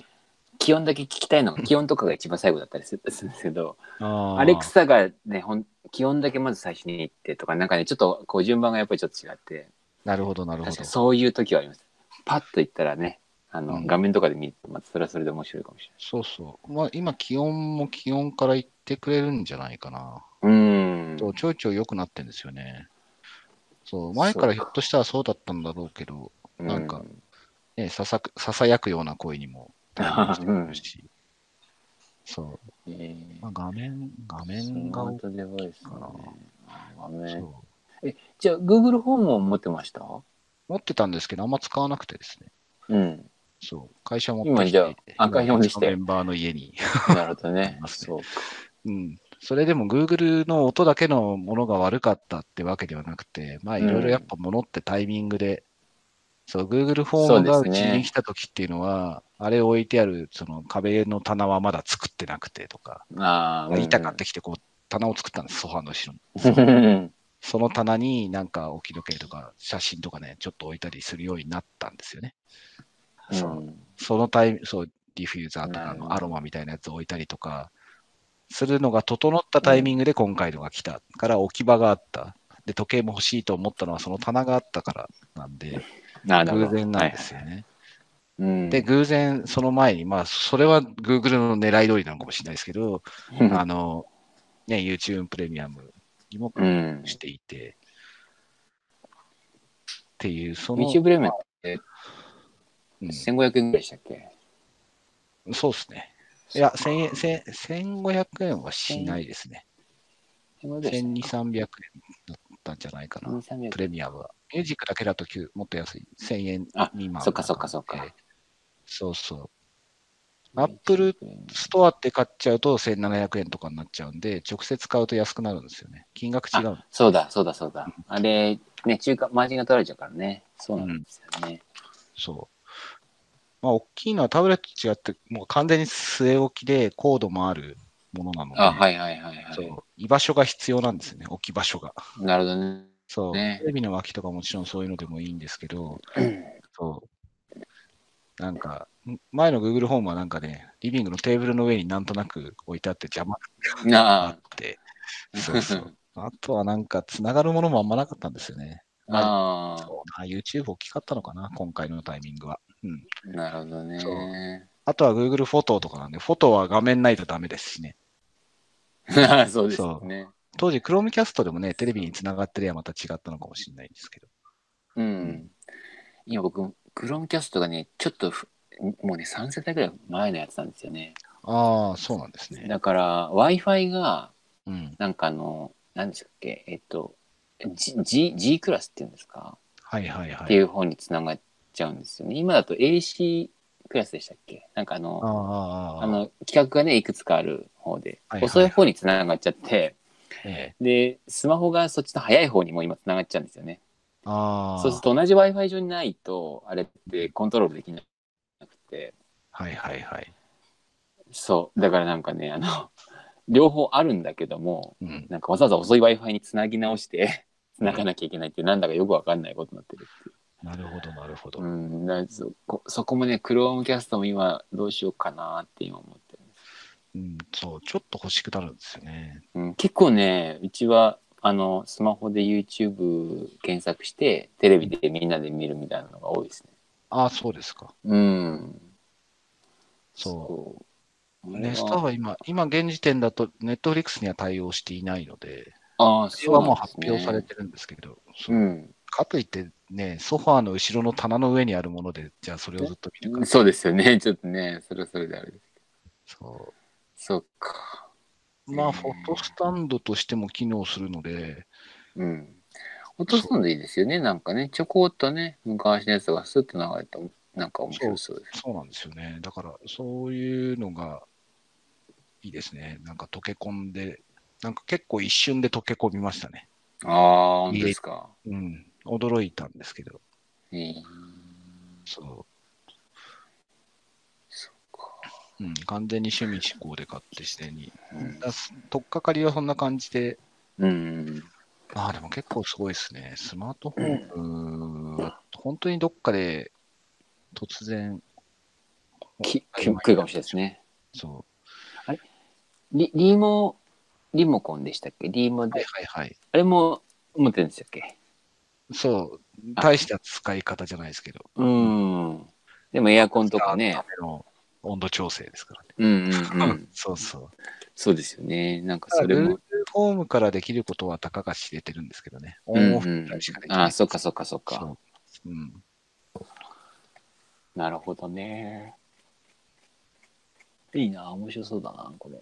B: 気温だけ聞きたいのが、気温とかが一番最後だったりす るするんですけど、
A: あー
B: アレクサがね、ほん気温だけまず最初に行ってとか、なんかね、ちょっとこう順番がやっぱりちょっと違って、
A: なるほど、なるほ
B: 確か
A: ど
B: に。そういう時はあります。パッと行ったらね、あの、
A: うん
B: 画面とかで見ると、またそれはそれで面白いかもし
A: そうそう。まあ、今、気温も気温から言ってくれるんじゃないかな。
B: れない。う
A: そ
B: ーん。
A: うちょいちょい良くなってんですよね。そう、前からひょっとしたらそうだったんだろうけど、なんか
B: う
A: ね、ささくささやくような声にも対応してくれるし、そう。
B: えー
A: まあ、画面、画
B: ス
A: 面が
B: マ
A: 多
B: ー
A: い
B: トデバイス
A: か
B: ね
A: な
B: 画
A: そ
B: 面。
A: う
B: じゃあ、Google ホームも持ってました
A: 持ってたんですけど、あんま使わなくてですね。
B: うん。
A: そう。会社持って
B: 今
A: き
B: じゃ
A: て、
B: あ、赤い表にし
A: 今メ
B: て。
A: ンバーの家に。
B: なるほどね
A: り。ますね
B: そうか。
A: うん。それでも Google の音だけのものが悪かったってわけではなくて、まあ
B: うん
A: いろいろやっぱものってタイミングで、そう、Google フォームが
B: そう
A: うち
B: ですね
A: に来た時っていうのは、あれ置いてあるその壁の棚はまだ作ってなくてとか、
B: ああ、
A: 板買ってきてこう棚を作ったんです、ソファーの後ろに。
B: うん
A: その棚になんか置き時計とか写真とかね、ちょっと置いたりするようになったんですよね。そううんそのタイミそう、ディフューザーとかあ
B: なるほ
A: の
B: ど
A: アロマみたいなやつ置いたりとか、するのが整ったタイミングで今回のが来たから置き場があった。で、時計も欲しいと思ったのはその棚があったからなんで、
B: あーなる
A: 偶
B: ほど
A: 然なんですよね。
B: うん
A: で、偶然その前に、まあ、それは Google の狙い通りなのかもしれないですけど、あの、ね、YouTube プレミアムにも
B: うん。
A: していて、っていう、その、
B: YouTube プレミアムって
A: うん
B: 1500円ぐらいでしたっけ
A: そうですね。いや、1000円、千1500円はしないですね。
B: 1500円でした
A: 1200、300円だったんじゃないかな、
B: 1300
A: プレミアムは。ミュージックだけだと9もっと安い。1000円
B: あ
A: 未満。
B: そっかそっかそっか。
A: そうそう。アップルストアって買っちゃうと1700円とかになっちゃうんで、直接買うと安くなるんですよね。金額違う。
B: そうだ、そうだ、そうだ。あれ、ね、中華、マージンが取られちゃうからね。そうなんですよね。
A: そう。まあ、大きいのはタブレットと違って、もう完全に据え置きでコードもあるものなので、
B: あ、はいはいはいは
A: そう居場所が必要なんですよね、置き場所が。
B: い。なるほどね。
A: そう、
B: ね
A: テレビの脇とかもちろんそういうのでもいいんですけど、そう。なんか、ん前の Google ホームはなんかね、リビングのテーブルの上になんとなく置いてあって邪魔があ
B: な
A: って、
B: あ。
A: そうそう。あとはなんか、つながるものもあんまなかったんですよね。
B: ああ、
A: そうな YouTube 大きかったのかな、今回のタイミングは。うん。
B: なるほどね。
A: あとは Google フォトとかなんで、フォトは画面ないとダメですしね。
B: そうですよね。
A: 当時、Chromecast でもね、テレビにつながってりゃまた違ったのかもしれないんですけど。
B: うん。今僕、クロームキャストがね、ちょっとふ、もうね、3世代ぐらい前のやつなんですよね。
A: ああ、そうなんですね。
B: だから、Wi-Fi が、
A: うん。
B: なんかあの、何でしたっけ、えっと、G, G, G クラスっていうんですか、
A: はいはいは
B: って
A: い。
B: いう方につながっちゃうんですよね。今だと AC クラスでしたっけなんかあ
A: あ
B: の、
A: あ、
B: あ、の、企画がね、いくつかある方で、
A: はいはい
B: 遅い方につながっちゃって、
A: ええ、
B: で、スマホがそっちの早い方にもう今つながっちゃうんですよね。
A: ああ、
B: そうすると同じ Wi-Fi 上にないと、あれってコントロールできなくて、
A: はいはいはい。
B: そう、だからなんかね、あの、両方あるんだけども、
A: うん、
B: なんかわざわざ遅い Wi-Fi につなぎ 直して、つながなきゃいけないっていう、なんだかよくわかんないことになってるっていう。
A: なるほどなるほど。
B: うん、だからそこそこもね、Chrome キャストも今どうしようかなって今思ってるんです。
A: うん、そう、ちょっと欲しくなるんですよね。
B: うん、結構ね、うちは、あの、スマホで YouTube 検索して、テレビでみんなで見るみたいなのが多いですね。
A: ああ、そうですか。
B: うん。。
A: そうう。
B: あれ
A: ネ
B: は
A: スターは今、今現時点だと、ネットフリックスには対応していないので、
B: ああ、
A: それはもう
B: なん
A: 発
B: ですね
A: 表されてるんですけど、そう
B: うん。
A: かといってね、ソファーの後ろの棚の上にあるもので、じゃあそれをずっと見るか。
B: そうですよね。ちょっとね、それはそれであれです。
A: そ
B: そうか。
A: う。ま
B: う
A: あ、
B: ん
A: フォトスタンドとしても機能するので、
B: うん。落とすのでいいですよね。なんかね、ちょこっとね、昔のやつがスッと流れたなんか面白そうです。
A: そうなんですよね。だから、そういうのがいいですね。なんか溶け込んで、なんか結構一瞬で溶け込みましたね。
B: ああ、本当ですか。
A: うん。驚いたんですけど、
B: ええ
A: そ
B: そっか。
A: う。うん。完全に趣味思考で買って自然に。
B: うん
A: だす取っかかりはそんな感じで、
B: うん。
A: ああ、でも結構すごいですね。スマートフォンは本当にどっかで突然、
B: き、き、来るかもしれないですね。
A: そ
B: リ、リモ、リモコンでしたっけリモ
A: う。はい
B: で。
A: はいはい。
B: あれも持ってるんでしたっけ
A: そう。大した使い方じゃないですけど。
B: うん。でもエアコンとかね。
A: ための温度調整ですからね。
B: うんうんうん。
A: そうそう。
B: そうですよね。なんか
A: ただ
B: それ
A: Google
B: も。
A: ホームからできることはたかが知れてるんですけどね。オ
B: う
A: ン
B: ん
A: オ
B: う
A: フぐ
B: ん
A: らいしかでき、ない。
B: ああ、そっかそっかそっか。
A: そううん。
B: なるほどね。いいな、面白そうだな、これ。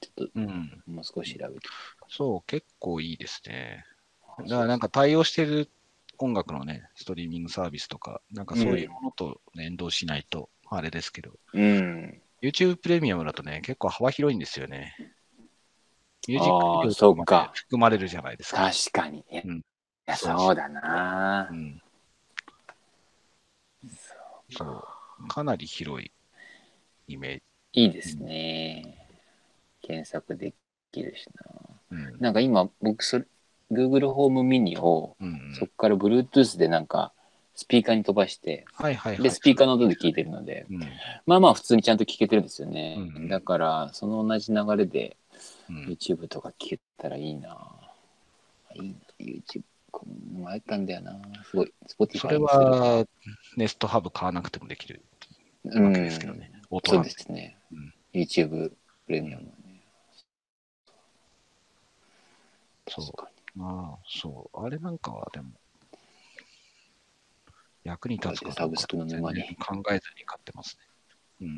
B: ちょっ
A: うん。
B: ともう少し調べて。
A: そう、結構いいですね。だからなんか対応してる音楽のね、ストリーミングサービスとか、なんかそういうものと連動しないと、あれですけど、
B: うん。
A: YouTube プレミアムだとね、結構幅広いんですよね。ミュージ
B: あ
A: ック
B: あ
A: ビデオ
B: そ
A: とか
B: うか
A: も含まれるじゃないですか。
B: 確かに。いや、
A: うん
B: いやそうだな
A: う。ん、そうかなり広いイメージ。
B: いいですね。検索できるしな。
A: うん
B: なんか今、僕それ、Google ホームミニを、
A: うんうん
B: そこから Bluetooth でなんか、スピーカーに飛ばして、
A: はいはいはい。
B: で、スピーカーの音で聞いてるので、
A: うん
B: まあまあ普通にちゃんと聞けてるんですよね。
A: うんうん
B: だから、その同じ流れで
A: うん
B: YouTube とか聞けたらいいな。いいな、YouTube。こう迷ったんだよな。すごい。Spotify
A: それは、ネストハブ買わなくてもできる
B: うん
A: わけですけどね。音
B: そう
A: なん
B: で
A: て
B: すね。
A: うん
B: YouTube プレミアムはね。
A: そう
B: 確か
A: ああ、そう。あれなんかは、でも、役に立つこと
B: サブスクの沼に
A: 考えずに買ってますね。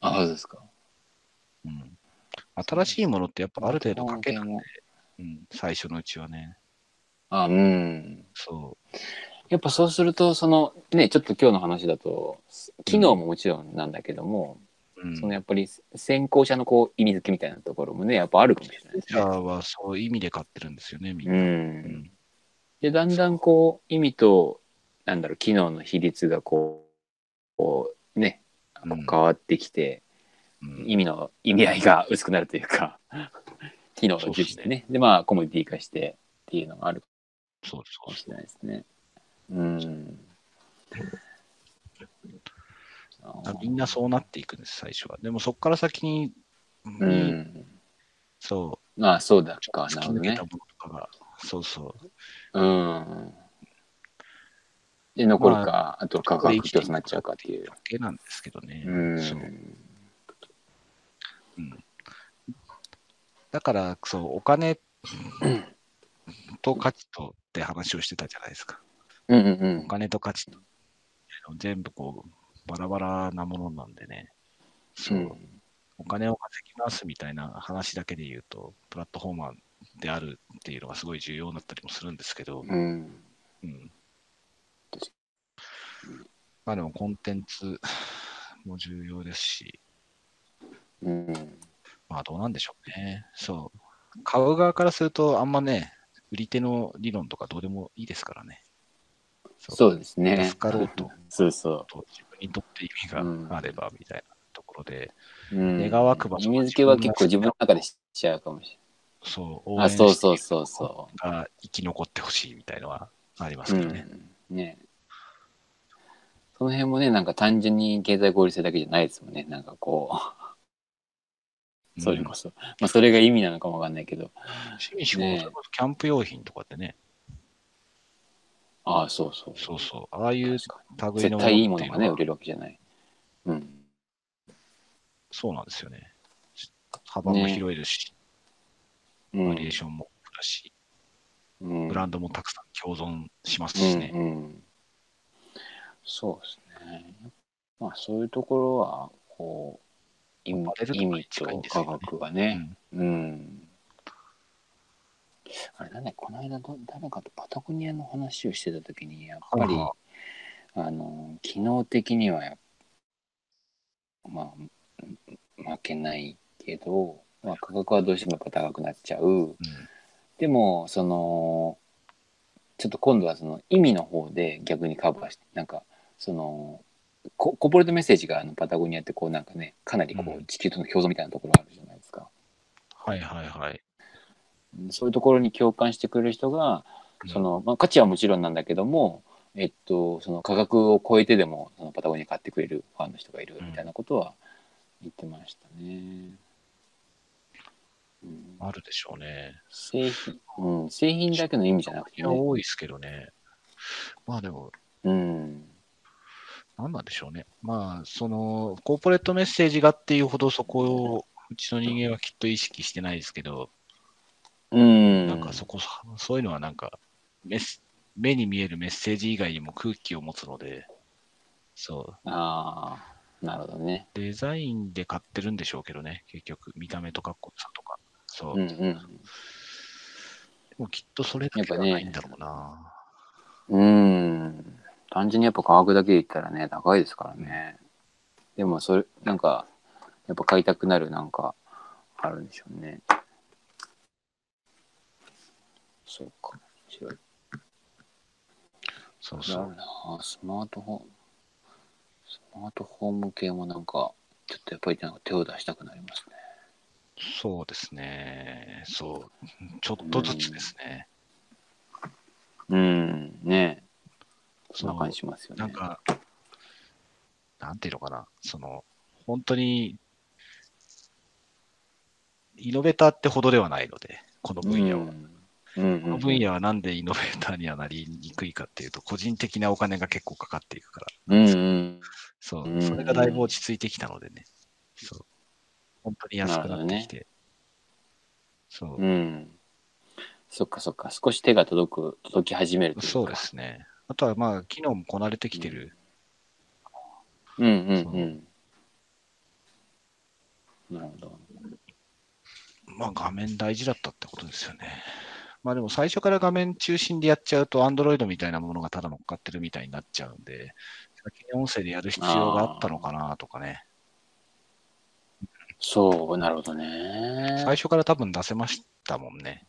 B: あ、そうですか。
A: うん。うん。新しいものってやっぱある程度かけ
B: な
A: なんん
B: で
A: で
B: も、
A: うん、最初のうちはね。
B: あ、うん。
A: そ
B: やっぱそうすると、その、ね、ちょっと今日の話だと、機能ももちろんなんだけども、
A: う。うん。
B: そのやっぱり先行者のこう意味付けみたいなところもね、やっぱあるかもしれないです
A: じゃ
B: ね。
A: あはそういう意味で買ってるんですよね、みん
B: う。
A: な。うんん。
B: で、だんだんこう、意味と、なんだろう、機能の比率がこう、こうね、
A: うん
B: 変わってきて、
A: うん
B: 意味の意味合いが薄くなるというか機能の重視でねでまあコモディティ化してっていうのがあるか
A: そうそ
B: も
A: う
B: しれないですねうん
A: あみんなそうなっていくんです、最初は。でもそこから先に、
B: う、ん
A: そ
B: まあそうだ
A: う、
B: か
A: 突
B: な
A: き
B: るほど
A: 抜け
B: ね
A: たものとかが、そうそう。
B: うんで残るか、あ、とは価格競争になっちゃうかっていう
A: だけなんですけどね。
B: うん
A: そうだから、そう、お 金と価値とって話をしてたじゃないですか。
B: うんうんう
A: お
B: ん
A: 金と価値と全部こう、バラバラなものなんでね。そう、
B: うん
A: お金を稼ぎますみたいな話だけで言うと、プラットフォーマーであるっていうのがすごい重要だったりもするんですけど、
B: うん
A: うん
B: 確。
A: まあでもコンテンツも重要ですし、
B: うん
A: まあどうなんでしょうね。そう。買う側からすると、あんまね、売り手の理論とかどうでもいいですからね。そ
B: そうですね
A: 助かろうと、
B: そうそ
A: と自分にとって意味があればみたいなところで、
B: う、うん、
A: 願わくば
B: 意味付けは結構自分の中でしちゃうかもしれない
A: そう、
B: あ、そう
A: して
B: そうそうそ
A: が生き残ってほしいみたいのはありま
B: う。
A: すけどね。
B: うん、ねその辺もね、なんか単純に経済合理性だけじゃないですもんね。なんかこう、それこそ。まあそれが意味なのかもわかんないけど。
A: うん趣味嗜好、それこそキャンプ用品とかってね、
B: ああ、そうそう。
A: そうそう、ああいう
B: 確かに
A: 類の
B: 絶対いいもの
A: って
B: が
A: う
B: ね、
A: は
B: 売れるわけじゃない。うん。
A: そうなんですよね。幅も広いですし、
B: う
A: バ
B: ん
A: リエーションもあるし、
B: うん、
A: ブランドもたくさん共存します
B: う
A: し
B: ん
A: ね。
B: うん。そうですね。まあそういうところは、こう、意味
A: アパレルとか
B: 意味
A: に近い
B: と
A: んですよ
B: 価
A: ね
B: 格が
A: う
B: ね。
A: ん
B: うん。あれだね、この間ど誰かとパタゴニアの話をしてた時に、やっぱり、
A: は
B: あの、機能的にはやっ、まあ、負けないけど、まあ、価格はどうしてもやっぱ高くなっちゃう。でも、その、ちょっと今度はその意味の方で逆にカバーして、なんか、その、ココーポレートメッセージがあのパタゴニアってこうなんかね、かなりこ
A: う
B: うん地球との共存みたいなところあるじゃないですか。
A: はいはいはい。
B: そういうところに共感してくれる人が、その、まあ、価値はもちろんなんだけども、えっと、その価格を超えてでも、そのパタゴニア買ってくれるファンの人がいる
A: うん
B: みたいなことは言ってましたね。うん
A: あるでしょうね。
B: 製品、うん、製品だけの意味じゃなく
A: い
B: て
A: や、
B: ね。
A: 多いですけどね。まあでも、
B: うん。
A: なんなんでしょうね。まあ、その、コーポレートメッセージがっていうほどそこを、うちの人間はきっと意識してないですけど、
B: うん。
A: なんかそこ、そういうのはなんかメス、目に見えるメッセージ以外にも空気を持つので、そう、
B: ああ。なるほどね。
A: デザインで買ってるんでしょうけどね、結局、見た目とかっこよさとか。そう。
B: うん
A: で
B: うん。
A: もきっとそれだけじゃないんだろうな。
B: うーん単純にやっぱ価格だけで言ったらね高いですからねでもそれなんかやっぱ買いたくなるなんかあるんでしょうねそうか面白い
A: そう
B: な
A: そ
B: る
A: う。
B: なスマートフォンスマートフォン向けもなんかちょっとやっぱりなんか手を出したくなりますね
A: そうですね。そう。ちょっとずつですね。
B: うんねそん
A: そ
B: な感
A: う
B: じしますよね
A: なんか、なんていうのかな、その、本当に、イノベーターってほどではないので、この分野は。
B: うんうん
A: こ
B: う
A: の
B: ん
A: 分野はなんでイノベーターにはなりにくいかっていうと、個人的なお金が結構かかっていくから、
B: うんうん
A: そうう、
B: ん
A: それがだいぶ落ち着いてきたのでね、そう、本当に安くなってきて、そう
B: う、ん。そっかそっか。少し手が届く、届き始めるというか。
A: そうで。すね。あとはまあ、機能もこなれてきてる、
B: うんうんうん。なるほど。
A: まあ画面大事だったってことですよね。まあでも最初から画面中心でやっちゃうと、Android みたいなものがただ乗っかってるみたいになっちゃうんで、先に音声でやる必要があったのかなとかね。
B: そう、なるほどね。
A: 最初から多分出せましたもんね。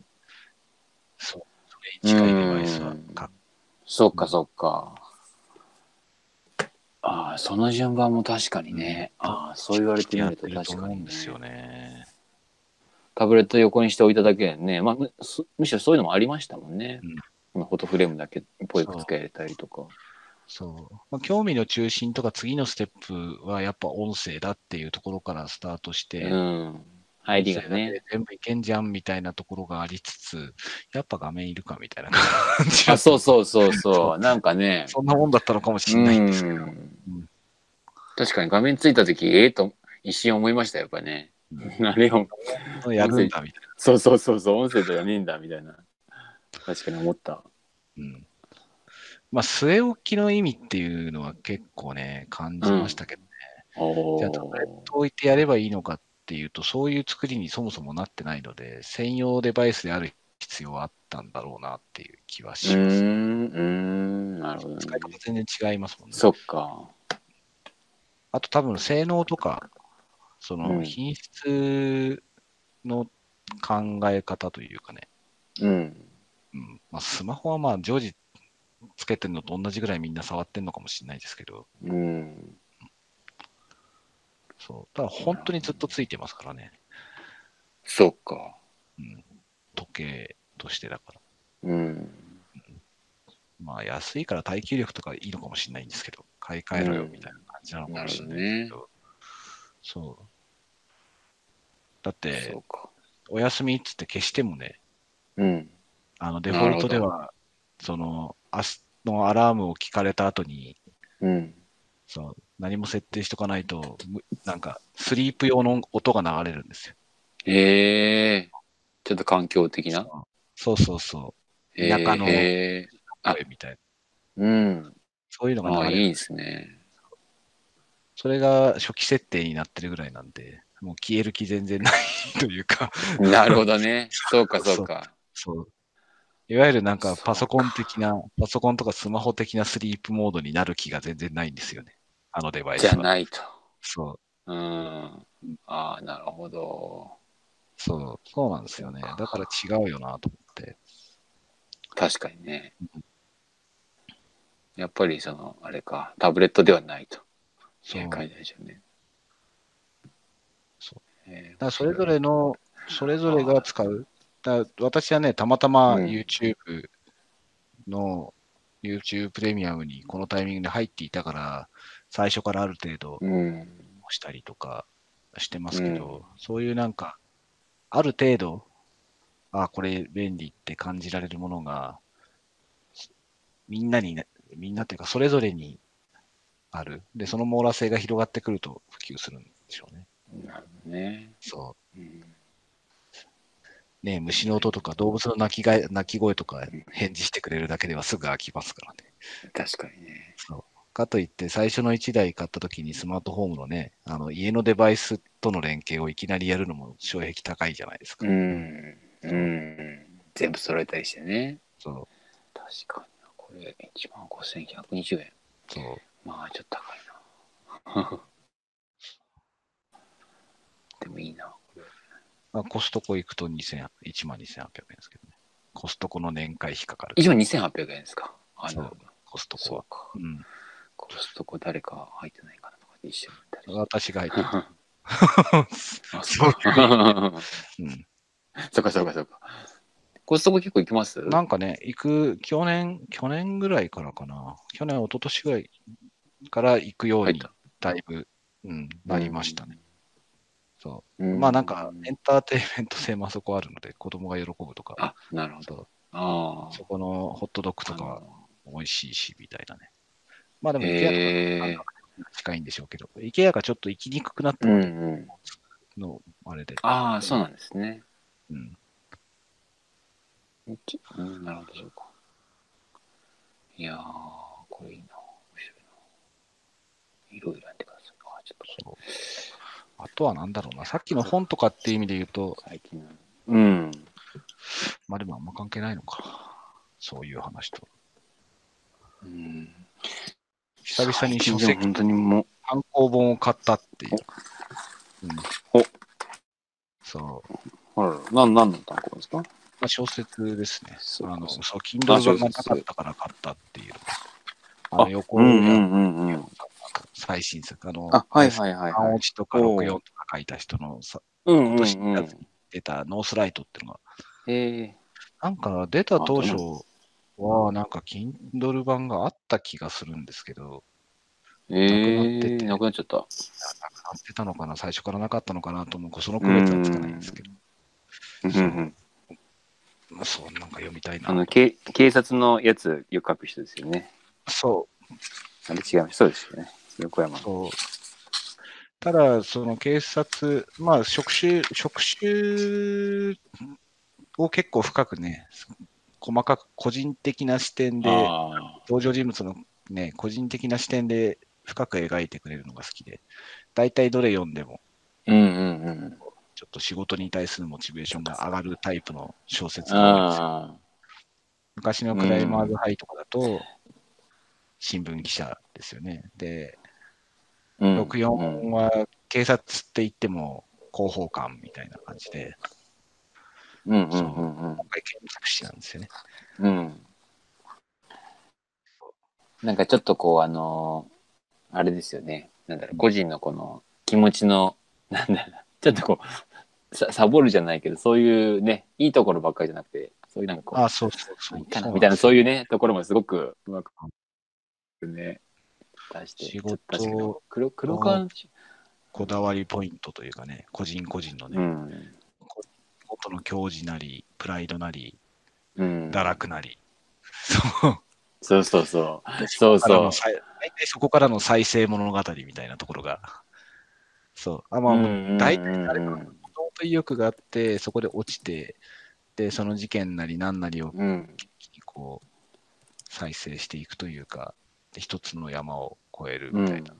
A: そう。それに近いデバイスはか。
B: そっかそっか。ああ、その順番も確かにね。
A: うん
B: ああ、そう言われてみると
A: やって
B: 確
A: ると
B: か
A: 思う
B: に、
A: ん
B: ね
A: で。すよね。
B: タブレット横にしておいただけでね、まあむ、そむしろそういうのもありましたもんね。
A: うん
B: このフォトフレームだけぽいくつけられたりとか。
A: そう。まあ、興味の中心とか次のステップはやっぱ音声だっていうところからスタートして、
B: うん。入りがね。
A: 全部いけんじゃんみたいなところがありつつ、やっぱ画面いるかみたいな感じ
B: あ、そううそうそうそう。なんかね。
A: そんなもんだったのかもし
B: う
A: れないんですけど。
B: ん。確かに画面ついた時、ええと一瞬思いましたよ、やっぱね。あれを、
A: やるんだみたい
B: そうそうそうそう、音声とかねえんだ、みたいな。確かに思った。
A: な。うんまあ、据え置きの意味っていうのは結構ね、感じましたけどね。
B: お
A: じゃあ、タブレット置いてやればいいのかっていうと、そういう作りにそもそもなってないので、専用デバイスである必要はあったんだろうなっていう気は
B: うー
A: します。
B: ん、うーん、なるほどね。
A: 使い方全然違いますもんね。
B: そっか。
A: あと多分性能とか、そ
B: うん
A: の品質の考え方というかね、
B: うん。
A: うんまあ、スマホはまあ常時つけてるのと同じぐらいみんな触ってるのかもしれないですけど、
B: うん。
A: そうただ本当にずっとついてますからね、
B: そっか。
A: 時計としてだから。
B: うん。
A: まあ安いから耐久力とかいいのかもしれないんですけど、買い替えろよみたいな感じなのかもしれないですけど、そう。だって
B: そ、うか。
A: お休みっつって消してもね、
B: うん。
A: あのデフォルトでは、その、明日のアラームを聞かれた後に、
B: うん。
A: その何も設定しとかないと、むなんか、スリープ用の音が流れるんですよ。
B: ええちょっと環境的な。
A: そうそうそ
B: え
A: 中の
B: え
A: う、
B: あ
A: 声みたいな。
B: うん。
A: そういうの
B: あ
A: が
B: あ、
A: 流れ
B: い
A: る。
B: いですね。
A: それが初期設定になってるぐらいなんで、もう消える気全然ないというか、
B: なるほどね。そうか、そうか。
A: そう。いわゆるなん
B: そう
A: か
B: か
A: パソコン的な、パソコンとかスマホ的なスリープモードになる気が全然ないんですよね。あのデバイス
B: じ
A: は。
B: ゃないと。
A: そう。
B: うん。ああ、なるほど。
A: そう。そうなんですよね。だから違うよなと思って。
B: 確かにね。やっぱり、その、あれか、タブレットではないと。
A: そう
B: いう
A: だか
B: 感じでしょうね。。
A: そう
B: え
A: らそれぞれの、それぞれが使う。だから私はね、たまたま
B: うん
A: YouTube の、YouTube プレミアムにこのタイミングで入っていたから、最初からある程度
B: ーうん。
A: したりとかしてますけど、そういうなんか、ある程度、あこれ便利って感じられるものが、みんなにね、みんなっていうか、それぞれにある。で、その網羅性が広がってくると普及するんでしょうね。
B: なるほどね。
A: そう。
B: うん。
A: ね、虫の音とか動物の鳴きが鳴き声とか返事してくれるだけではすぐ飽きますからね。
B: 確かにね。
A: そうかといって、最初の1台買った時にスマートフォームのね、あの家のデバイスとの連携をいきなりやるのも障壁高いじゃないですか。
B: うん。うん。全部揃えたりしてね。
A: そう
B: 確かにな。これ、1万5120円。
A: そう
B: まあ、ちょっと高いな。 でもいいな。
A: まあ、コストコ行くと2000 1万2800円ですけどね。コストコの年会費かかる。
B: 1万2800円ですか。あ
A: そ
B: の
A: う、コストコ
B: そ
A: は
B: う。か。
A: うん。
B: コストコ誰か入ってないかなとか一緒に行
A: 私が入ってる。
B: っ たりして。あ
A: そう
B: か。
A: うん。
B: そうかそうかそうか。コストコ結構行きます
A: なんかね、行く、去年、去年ぐらいからかな。去年、一昨年ぐらいから行くよう
B: 入っ
A: に
B: た、
A: だいぶ、うん、なりましたね。そう。
B: う
A: まあなんかエンターテインメント性もあそこあるので、子供が喜ぶとか、
B: あ、なるほど。
A: そう
B: ああ。
A: そこのホットドッグとか美味しいし、みたいなね。まあでも、イケアと
B: へえ。
A: か近いんでしょうけど、イケアがちょっと行きにくくなった
B: うんうん。
A: の、あれで。
B: ああ、そうなんですね。
A: うん。
B: ちょうん、なるほど、そうか。いやー、これいいな。面白いな。いろいろ選んでください。あーちょっとこれ
A: そうあとはなんだろうな、さっきの本とかっていう意味で言うと、
B: 最近の。うん。
A: まあでもあんま関係ないのか。そういう話と。
B: うん。
A: 久々に書
B: 最近
A: 籍
B: 本当にもう、
A: 単行本を買ったっていう。うん、
B: お
A: そう。
B: あらら、なん、なんの単行ですか
A: まあ、小説ですね。
B: そう
A: あの
B: そ
A: そうう、Kindle 版が
B: あ小
A: な
B: 説
A: かったから買ったっていう。あの横
B: う
A: に
B: んうんうんうん。
A: 最新作、あの、
B: あ、はいはいはい、
A: 半
B: はい
A: 落。ちとか64とか書いた人のさ
B: うんうんう
A: 年のや
B: ん
A: つ。出たノースライトっていうのが、
B: へえ。
A: なんか出た当
B: あ
A: 初
B: ど
A: は、なんか Kindle 版があった気がするんですけど、
B: ええ。
A: な
B: なくなっちゃった。
A: なくなってたのかな、最初からなかったのかなと思うか、その区別はつかないんですけど、
B: うんうんうん。
A: まあ、そう、なんか読みたい
B: あ
A: な
B: の、。け警察のやつよく書く人ですよね。
A: そ
B: あれ違います。そうですよね。横山
A: う、。そう。ただ、その警察、まあ、職種、職種を結構深くね、細かく個人的な視点で、
B: あ
A: 登場人物のね、個人的な視点で深く描いてくれるのが好きで、大体どれ読んでも、
B: ーうんうんうん。
A: ちょっと仕事に対するモチベーションが上がるタイプの小説が多いんですよ
B: ああ。
A: 昔のクライマーズハイとかだと、新聞記者ですよね。で、
B: うん
A: 64は警察って言っても広報官みたいな感じで、
B: うんうんうん
A: 今回検索士なんですよね。
B: うんうん。なんかちょっとこう、あのーあれですよね。なんだろう、個人のこの気持ちの、なんだろう、ちょっとこう、さサボるじゃないけど、そういうね、いいところばっかりじゃなくて、そういうなんかこう、
A: あ、そうそうそう。
B: いいかな
A: そう
B: みた
A: ん
B: い
A: で
B: な、
A: す
B: そういうね、ところもすごくうまく、ね、出して、
A: 仕事
B: 確かに黒、黒川、
A: こだわりポイントというかね、個人個人のね、
B: うん。
A: 元の教授なり、プライドなり、
B: うん。
A: 堕落なり、そう。
B: そうそうそう。そう
A: あ
B: そ
A: の
B: う。
A: さい大体そこからの再生物語みたいなところが、そう。あまあ、大体誰か
B: うん
A: もともと意欲があって、そこで落ちて、で、その事件なり何なりを
B: うん。
A: こう、再生していくというか、で一つの山を越える
B: う
A: みたい
B: ん
A: な、。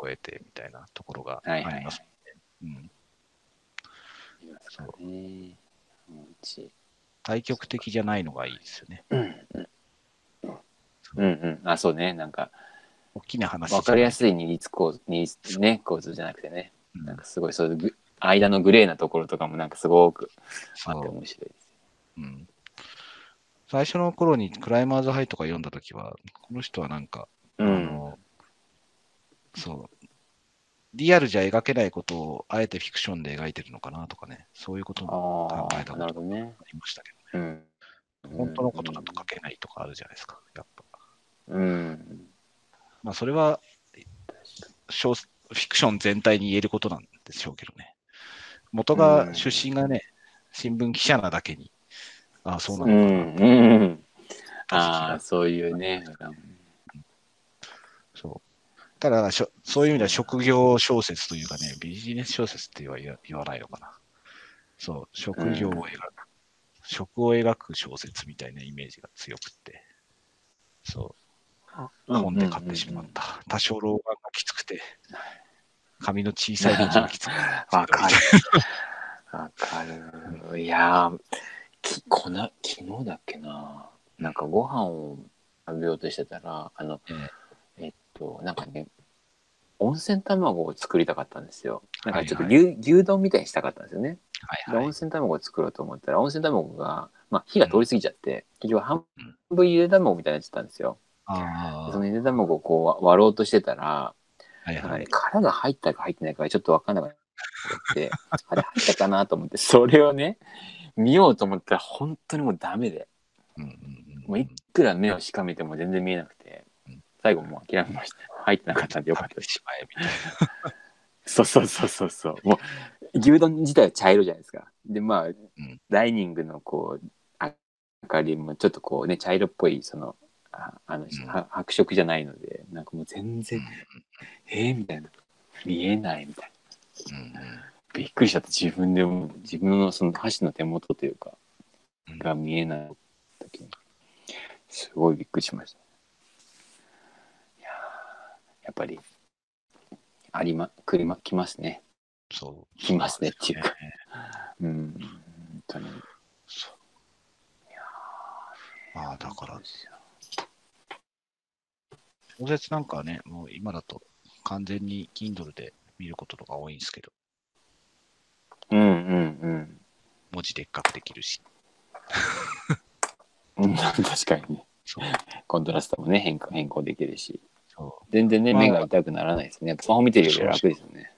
A: 越えてみたいなところがあ
B: はい
A: り
B: はい
A: ますね。うんそう
B: ねえうち
A: 対極的じゃないのがいいですよね。
B: うんうん。あ、そうね。なんか、
A: 大きな話じゃな
B: わ
A: い
B: かりやすい二律構図、二律ね、構図じゃなくてね。
A: うん
B: なんかすごい、そういうぐ、間のグレーなところとかもなんかすごくあ
A: そ
B: って
A: う
B: 面白いです。
A: うん最初の頃にクライマーズハイとか読んだときは、この人はなんか、あ
B: うん。
A: の、そう、リアルじゃ描けないことをあえてフィクションで描いてるのかなとかね、そういうことも
B: あ
A: 考えた
B: あ、なるほどね。
A: ありましたけ
B: うん。
A: ど、本当のことだと書けないとかあるじゃないですか、やっぱ。
B: うん。
A: まあ、それは
B: 確かに
A: 小フィクション全体に言えることなんでしょうけどね。元が、出身がね、新聞記者なだけに、ああ、そうな
B: う
A: のかな、
B: ん。うん。ああ、
A: あ
B: そういうね。なんか
A: そう。ただしょ、そういう意味では職業小説というかね、ビジネス小説っては言わ言わないのかな。そう、職業を描く、職を描く小説みたいなイメージが強くって。そ本で買ってしまった。多少老眼がきつくて、紙の小さい文字がき つくて。
B: わかる。わかる。いやーきこな、昨日だっけな。なんかご飯を食べようとしてたら、あの、
A: え
B: えっと、なんかね、温泉卵を作りたかったんですよ。なんかちょっと
A: は
B: 牛,、
A: い
B: 牛丼みたいにしたかったんですよね。
A: はい
B: で
A: はい
B: 温。泉卵を作ろうと思ったら、温泉卵が、まあ、火が通り過ぎちゃって、結局半
A: うん
B: 分ゆで卵みたいになっちゃったんですよ。
A: あ
B: そのゆで卵をこう割ろうとしてたら、
A: あ、はい
B: なんか
A: は
B: ね
A: い。
B: 殻が入ったか入ってないかがちょっと分かんなくなって、あれ入ったかなと思って、それをね、見ようと思ったら本当にもうダメで、
A: うんうんうん
B: もういくら目をしかめても全然見えなくて
A: うん、
B: 最後もう諦めました。入ってなかったんでよかった
A: 食べ
B: で
A: て
B: す。
A: しまえみたいな。
B: そうそうそうそうそう。もう牛丼自体は茶色じゃないですか。でまあ、
A: ん
B: ダイニングのこうあ明かりもちょっとこうね茶色っぽいそのああの、
A: ん
B: は白色じゃないのでなんかもう全然、えーみたいな見えないみたいな
A: うん
B: びっくりしちゃって自分でも自分のその箸の手元というか
A: うん
B: が見えない時にすごいびっくりしました。いやーやっぱりありま車来ますね。
A: そう。
B: 来ますねっていうか
A: そですね
B: うん本当に
A: そうまあだから、小説なんかはね、もう今だと完全に Kindle で見ることとか多いんですけど、
B: うんうん
A: 文字でっかくできるし、
B: うん うん確かにね
A: そう。
B: コントラストもね変化変更できるし
A: そう
B: 全然ね
A: まあ
B: 目が痛くならないですねやっぱスマホ見てるより楽ですよね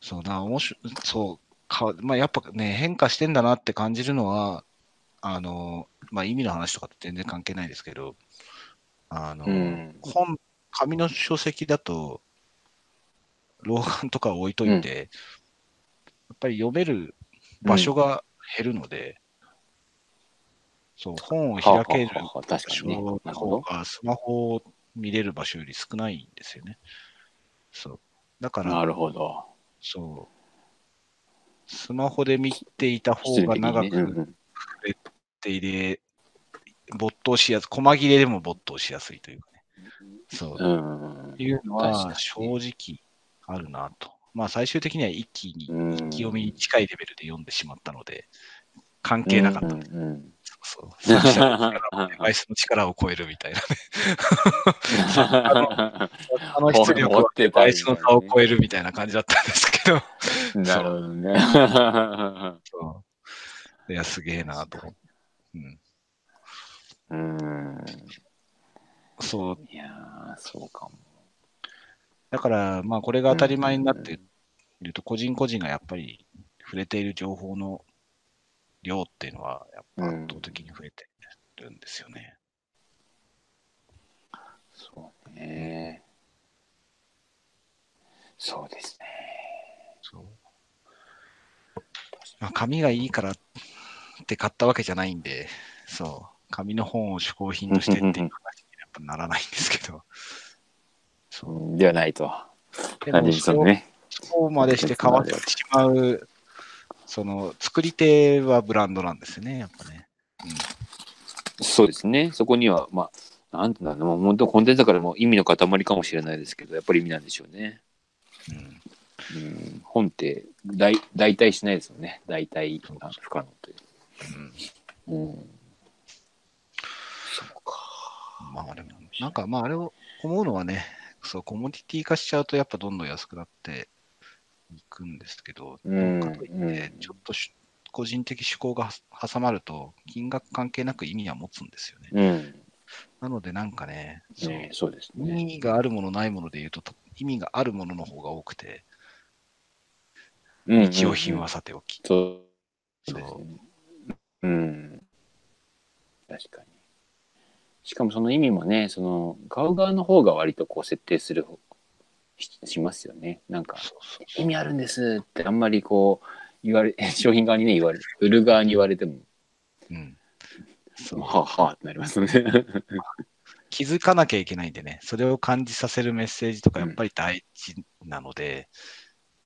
A: そうな、面白い、そう、かまあ、やっぱね、変化してんだなって感じるのは、あの、まあ、意味の話とかって全然関係ないですけど、あの、
B: うん
A: 本、紙の書籍だと、老眼とか置いといて、やっぱり読める場所が減るので、そう、本を開ける
B: はあはあはあ
A: 場
B: 確かにね
A: 所
B: な
A: の
B: るほ
A: 方
B: ど
A: が、スマホを見れる場所より少ないんですよね。そう。だから、
B: なるほど
A: そう。スマホで見ていた方が長
B: 必然的に
A: く
B: ね
A: て入れ、没頭しやすい、細切れでも没頭しやすいというかね。そう。
B: うんうん
A: っていうの
B: 確か
A: は
B: に
A: 正直あるなと。まあ最終的には一気に、
B: うん
A: 一気読みに近いレベルで読んでしまったので、関係なかった。
B: うんうんうん
A: そう。作者の力を デバイスの力を超えるみた いなね。あの出力はデバイスの差を超えるみたいな感じだったんですけど。
B: なるほどね
A: そういや、すげえなと思って。うん、
B: うん
A: そう。
B: いやーそうかも
A: だから、まあこれが当たり前になっていると、個人個人がやっぱり触れている情報の量っていうのは、やっぱ圧倒的に増えてるんですよね。
B: そうね。そうですね。
A: そう。まあ、紙がいいからって買ったわけじゃないんで、そう。紙の本を嗜好品としてっていう話にやっぱならないんですけど、そう。
B: ではないと。
A: で
B: 感
A: も
B: じですよね。
A: そうまでして変わってしまう、その、作り手はブランドなんですよね、やっぱね。
B: そうですね。そこには、まあ、なんていうんだろうな、もう本当コンテンツだからもう意味の塊かもしれないですけど、やっぱり意味なんでしょうね。
A: うん。うん、
B: うん、本って代代替しないですよね。代替
A: そう
B: あ不可能という。
A: うん
B: うん。そうか。
A: まあでも、なんかまああれを思うのはね、そう、コモディティ化しちゃうとやっぱどんどん安くなっていくんですけど、
B: うん
A: かといって
B: うん、
A: ちょっとし個人的嗜好がは挟まると、金額関係なく意味は持つんですよね。
B: うん。
A: なのでなんかね、そう
B: ね、そうです
A: 意
B: ね。
A: 味があるものないもので言うと、意味があるものの方が多くて、日用品はさておき。
B: うん。うんそうです
A: そ
B: ね。うん。確かに。しかもその意味もね、その、買う側の方が割とこう設定する方ししますよね。なんか
A: う。、そうそう
B: 意味あるんですってあんまりこう、言われ、商品側にね、言われ、売る側に言われても、
A: うん。そう
B: はあはあってなりますね。
A: 気づかなきゃいけないんでね、それを感じさせるメッセージとかやっぱり大事なので、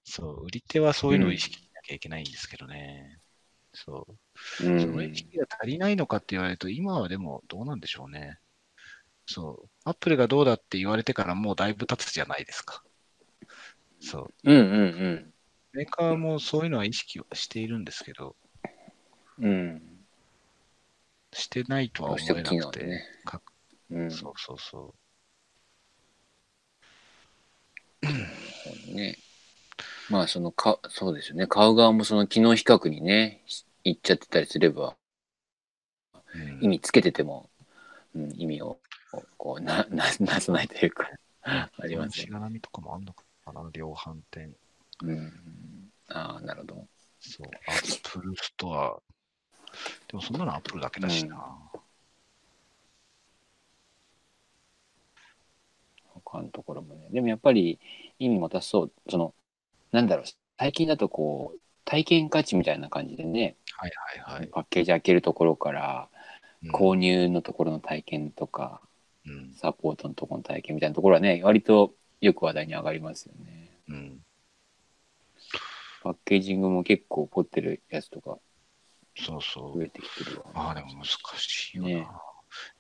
A: そう、売り手はそういうのを意識しなきゃいけないんですけどね。そう。
B: う
A: その
B: ん
A: 意識が足りないのかって言われると、今はでもどうなんでしょうね。そう。アップルがどうだって言われてからもうだいぶ経つじゃないですか。そう。
B: うんうん
A: メーカーもそういうのは意識はしているんですけど、
B: うん。うん。
A: してないとは
B: どう
A: 思
B: して
A: え
B: も
A: な
B: 機能
A: く
B: で
A: て、
B: ね。
A: か
B: うん。
A: そうそうそ
B: ね。まあ、そのか、そうですよね。買う側もその機能比較にね、し行っちゃってたりすれば、
A: う。うん
B: 意味つけてても、うん、意味を、こう、な、 な、なさないというか、あります
A: し
B: ね。
A: がらみとかもあんのかな、量販店。
B: うん。ああ、なるほど。
A: そう、アップルストア。でもそんなのアップルだけだしな。
B: 他のところもね。でもやっぱり、意味持たそう。その、なんだろう、最近だとこう、体験価値みたいな感じでね、
A: はいはいはい。
B: パッケージ開けるところから、
A: うん
B: 購入のところの体験とか、
A: うん。
B: サポートのところの体験みたいなところはね、割とよく話題に上がりますよね。
A: うん。
B: パッケージングも結構凝ってるやつとか
A: そうそう
B: 増。えてきてるわ。
A: ああ、でも難しいよな。
B: ね
A: い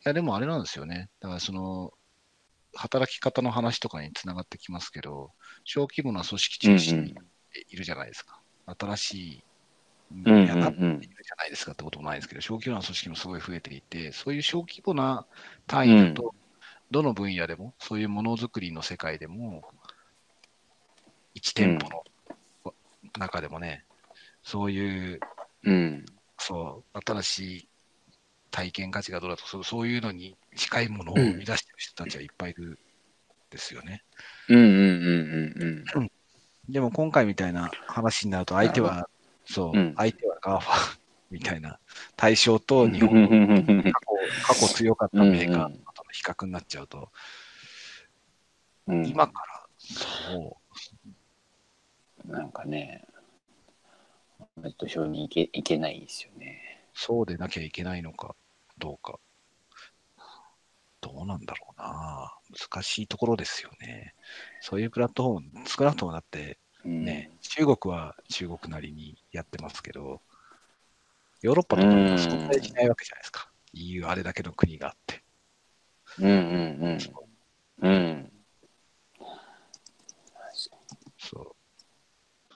A: や、でもあれなんですよね。だからその、働き方の話とかにつながってきますけど、小規模な組織
B: うんう
A: 中心に
B: ん。
A: いるじゃないですか。新しい、
B: うんうん
A: やがってい
B: う
A: る
B: ん
A: じゃないですかってこともないですけど、小規模な組織もすごい増えていて、そういう小規模な単位だと、どの分野でも、そういうものづくりの世界でも、1店舗の中でもね、そういう
B: うん。
A: そう、新しい体験価値がどうだとか、そうそういうのに近いものを生み出してる人たちはいっぱいいるんですよね。
B: うんうんうんうん
A: でも今回みたいな話になると、相手は、そう、
B: うん
A: 相手はガーファみたいな対象と
B: うん。
A: 日本の過
B: 本
A: 去過去強かったメーカーとの比較になっちゃうと、
B: うん、
A: 今から、そう、
B: なんかね、ネットショーに行け行けないですよね。
A: そうでなきゃいけないのかどうか、どうなんだろうな。難しいところですよね。そういうプラットフォーム、少なくともだって、
B: うん、
A: ね、中国は中国なりにやってますけど、ヨーロッパとかでも存在しないわけじゃないですか。EU あれだけの国があって。
B: うんうんうん。うん。
A: そう。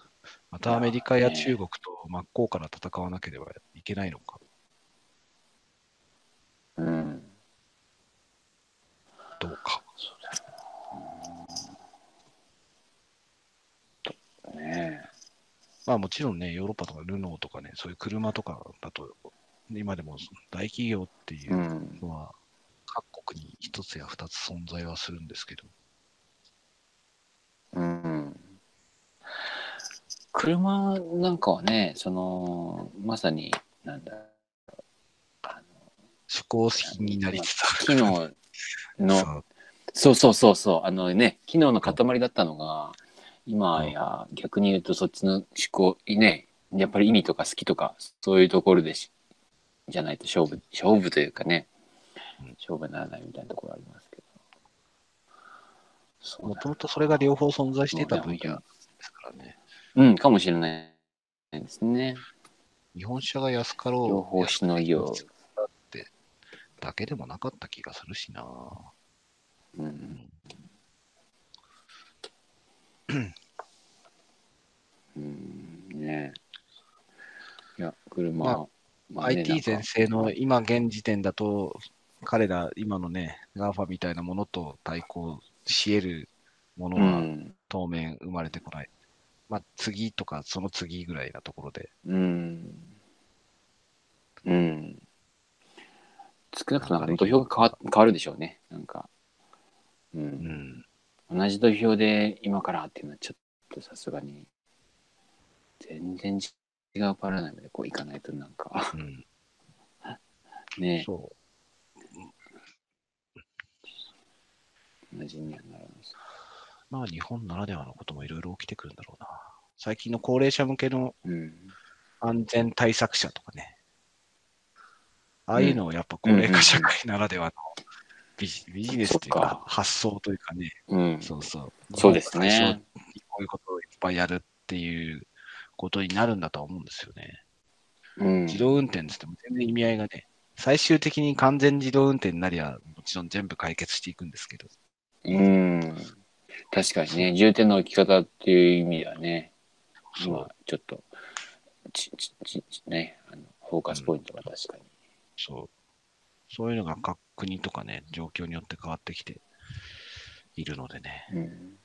A: またアメリカや中国と真っ向から戦わなければいけないのか、
B: うん。
A: どうか。
B: ね。
A: まあもちろんね、ヨーロッパとかルノーとかね、そういう車とかだと、今でも大企業っていうんのは、各国に一つや二つ存在はするんですけど、
B: うん。車なんかはね、その、まさに、なんだ、
A: 思考品になりつつある。
B: 機能
A: そ
B: の、
A: う
B: そうそうそうそう、あのね、機能の塊だったのが、今や逆に言うとそっちの思考、ね、やっぱり意味とか好きとか、そういうところでし、じゃないと勝負、勝負というかね
A: うん、
B: 勝負にならないみたいなところありますけど。そう
A: も
B: だ
A: ともとそれが両方存在していた分野ですからね。
B: うん、かもしれないですね。
A: 日本車が安かろう。
B: 両方しのぎを
A: 安くなってだけでもなかった気がするしな。
B: うん。うん、ねえいや、車、
A: ま
B: まね
A: IT 全盛の今現時点だと、彼ら今のね、GAFA みたいなものと対抗し得るもの
B: なんか
A: は当面生まれてこない。まあ次とかその次ぐらいなところで。
B: うん。うん。うん。少なくともなんか土俵が変わ変わるでしょうね。なんか、う。
A: うんん。
B: 同じ土俵で今からっていうのはちょっとさすがに、全然違うパラダイムでこういかないとなんか、
A: うん。
B: ね
A: そう。
B: 同じにはならないです。
A: まあ日本ならではのこともいろいろ起きてくるんだろうな。最近の高齢者向けの
B: うん。
A: 安全対策者とかね。ああいうのをやっぱ高齢化社会ならではのビジビジネスという
B: そっ
A: か
B: か
A: 発想というかね、
B: うん。
A: そうそう。
B: そうですね
A: 最初にこういうことをいっぱいやるっていうことになるんだとは思うんですよね。
B: うん
A: 自動運転ですっても全然意味合いがね、最終的に完全自動運転になりゃ、もちろん全部解決していくんですけど、
B: うん。確かにね、重点の置き方っていう意味ではね、
A: そう
B: 今、ちょっと、ち、ち、ち、ちね、あの、フォーカスポイントが確かに。
A: そう。そういうのが各国とかね、状況によって変わってきているのでね。
B: うん。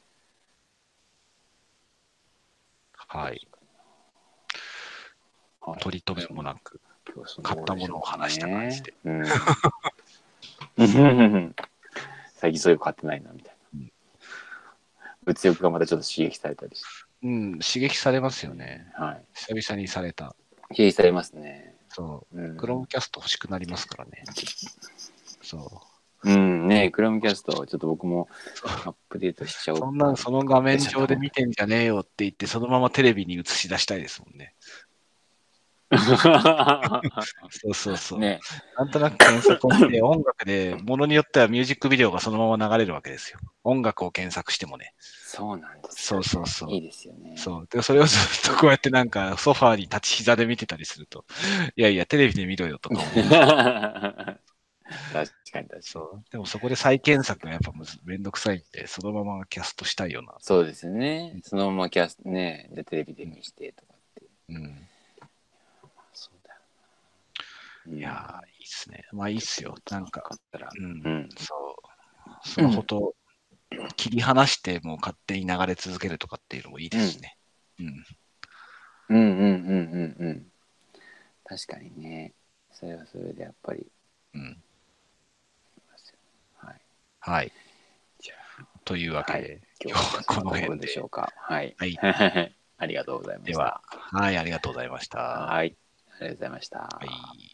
A: はい。
B: はい
A: 取り留めもなく。
B: 買
A: 買ったものを話した感じで。
B: うん、 最近そういうの買ってないなみたいな
A: うん。
B: 物欲がまたちょっと刺激されたりし
A: うん、刺激されますよね。
B: て。はい。
A: 久々にされた。
B: 刺激されますね。
A: そうう。
B: ん
A: クロームキャスト欲しくなりますからね。そ
B: うん、ねクロムキャスト、ちょっと僕もアップデートしちゃ
A: う。
B: おう。
A: そ んなんその画面上で見てんじゃねえよって言って、そのままテレビに映し出したいですもんね。そうそうそう。
B: ね
A: なんとなく検索をして、 音楽で、ものによってはミュージックビデオがそのまま流れるわけですよ。音楽を検索してもね。
B: そうなんです。
A: そうそうそう。
B: いいですよね。
A: そう。で、それをずっとこうやってなんか、ソファーに立ち膝で見てたりすると、いやいや、テレビで見ろよとか思う。
B: 確かに確かに。
A: そう。でもそこで再検索がやっぱむずめんどくさいんで、そのままキャストしたいよ
B: そうですね。そのままキャスね、でテレビで見してとかって。
A: な。うん。
B: そうだよな。
A: いやー、いいっすね。まあいいっすよ。なんか、
B: 買ったら。
A: う。
B: うんん。
A: そう。スマホと切り離して、もう勝手に流れ続けるとかっていうのもいいですね。うん。
B: うんうんうんうんうん。確かにね。それはそれでやっぱり。
A: うん。
B: はい。
A: はい。
B: じゃあ、
A: というわけで、
B: 今日
A: 今日は
B: は
A: こ
B: こ
A: の
B: の
A: 辺で
B: 辺でしょうか。はい。
A: はい。
B: ありがとうございました。
A: では、はい、ありがとうございました。
B: はい。ありがとうございました。
A: はい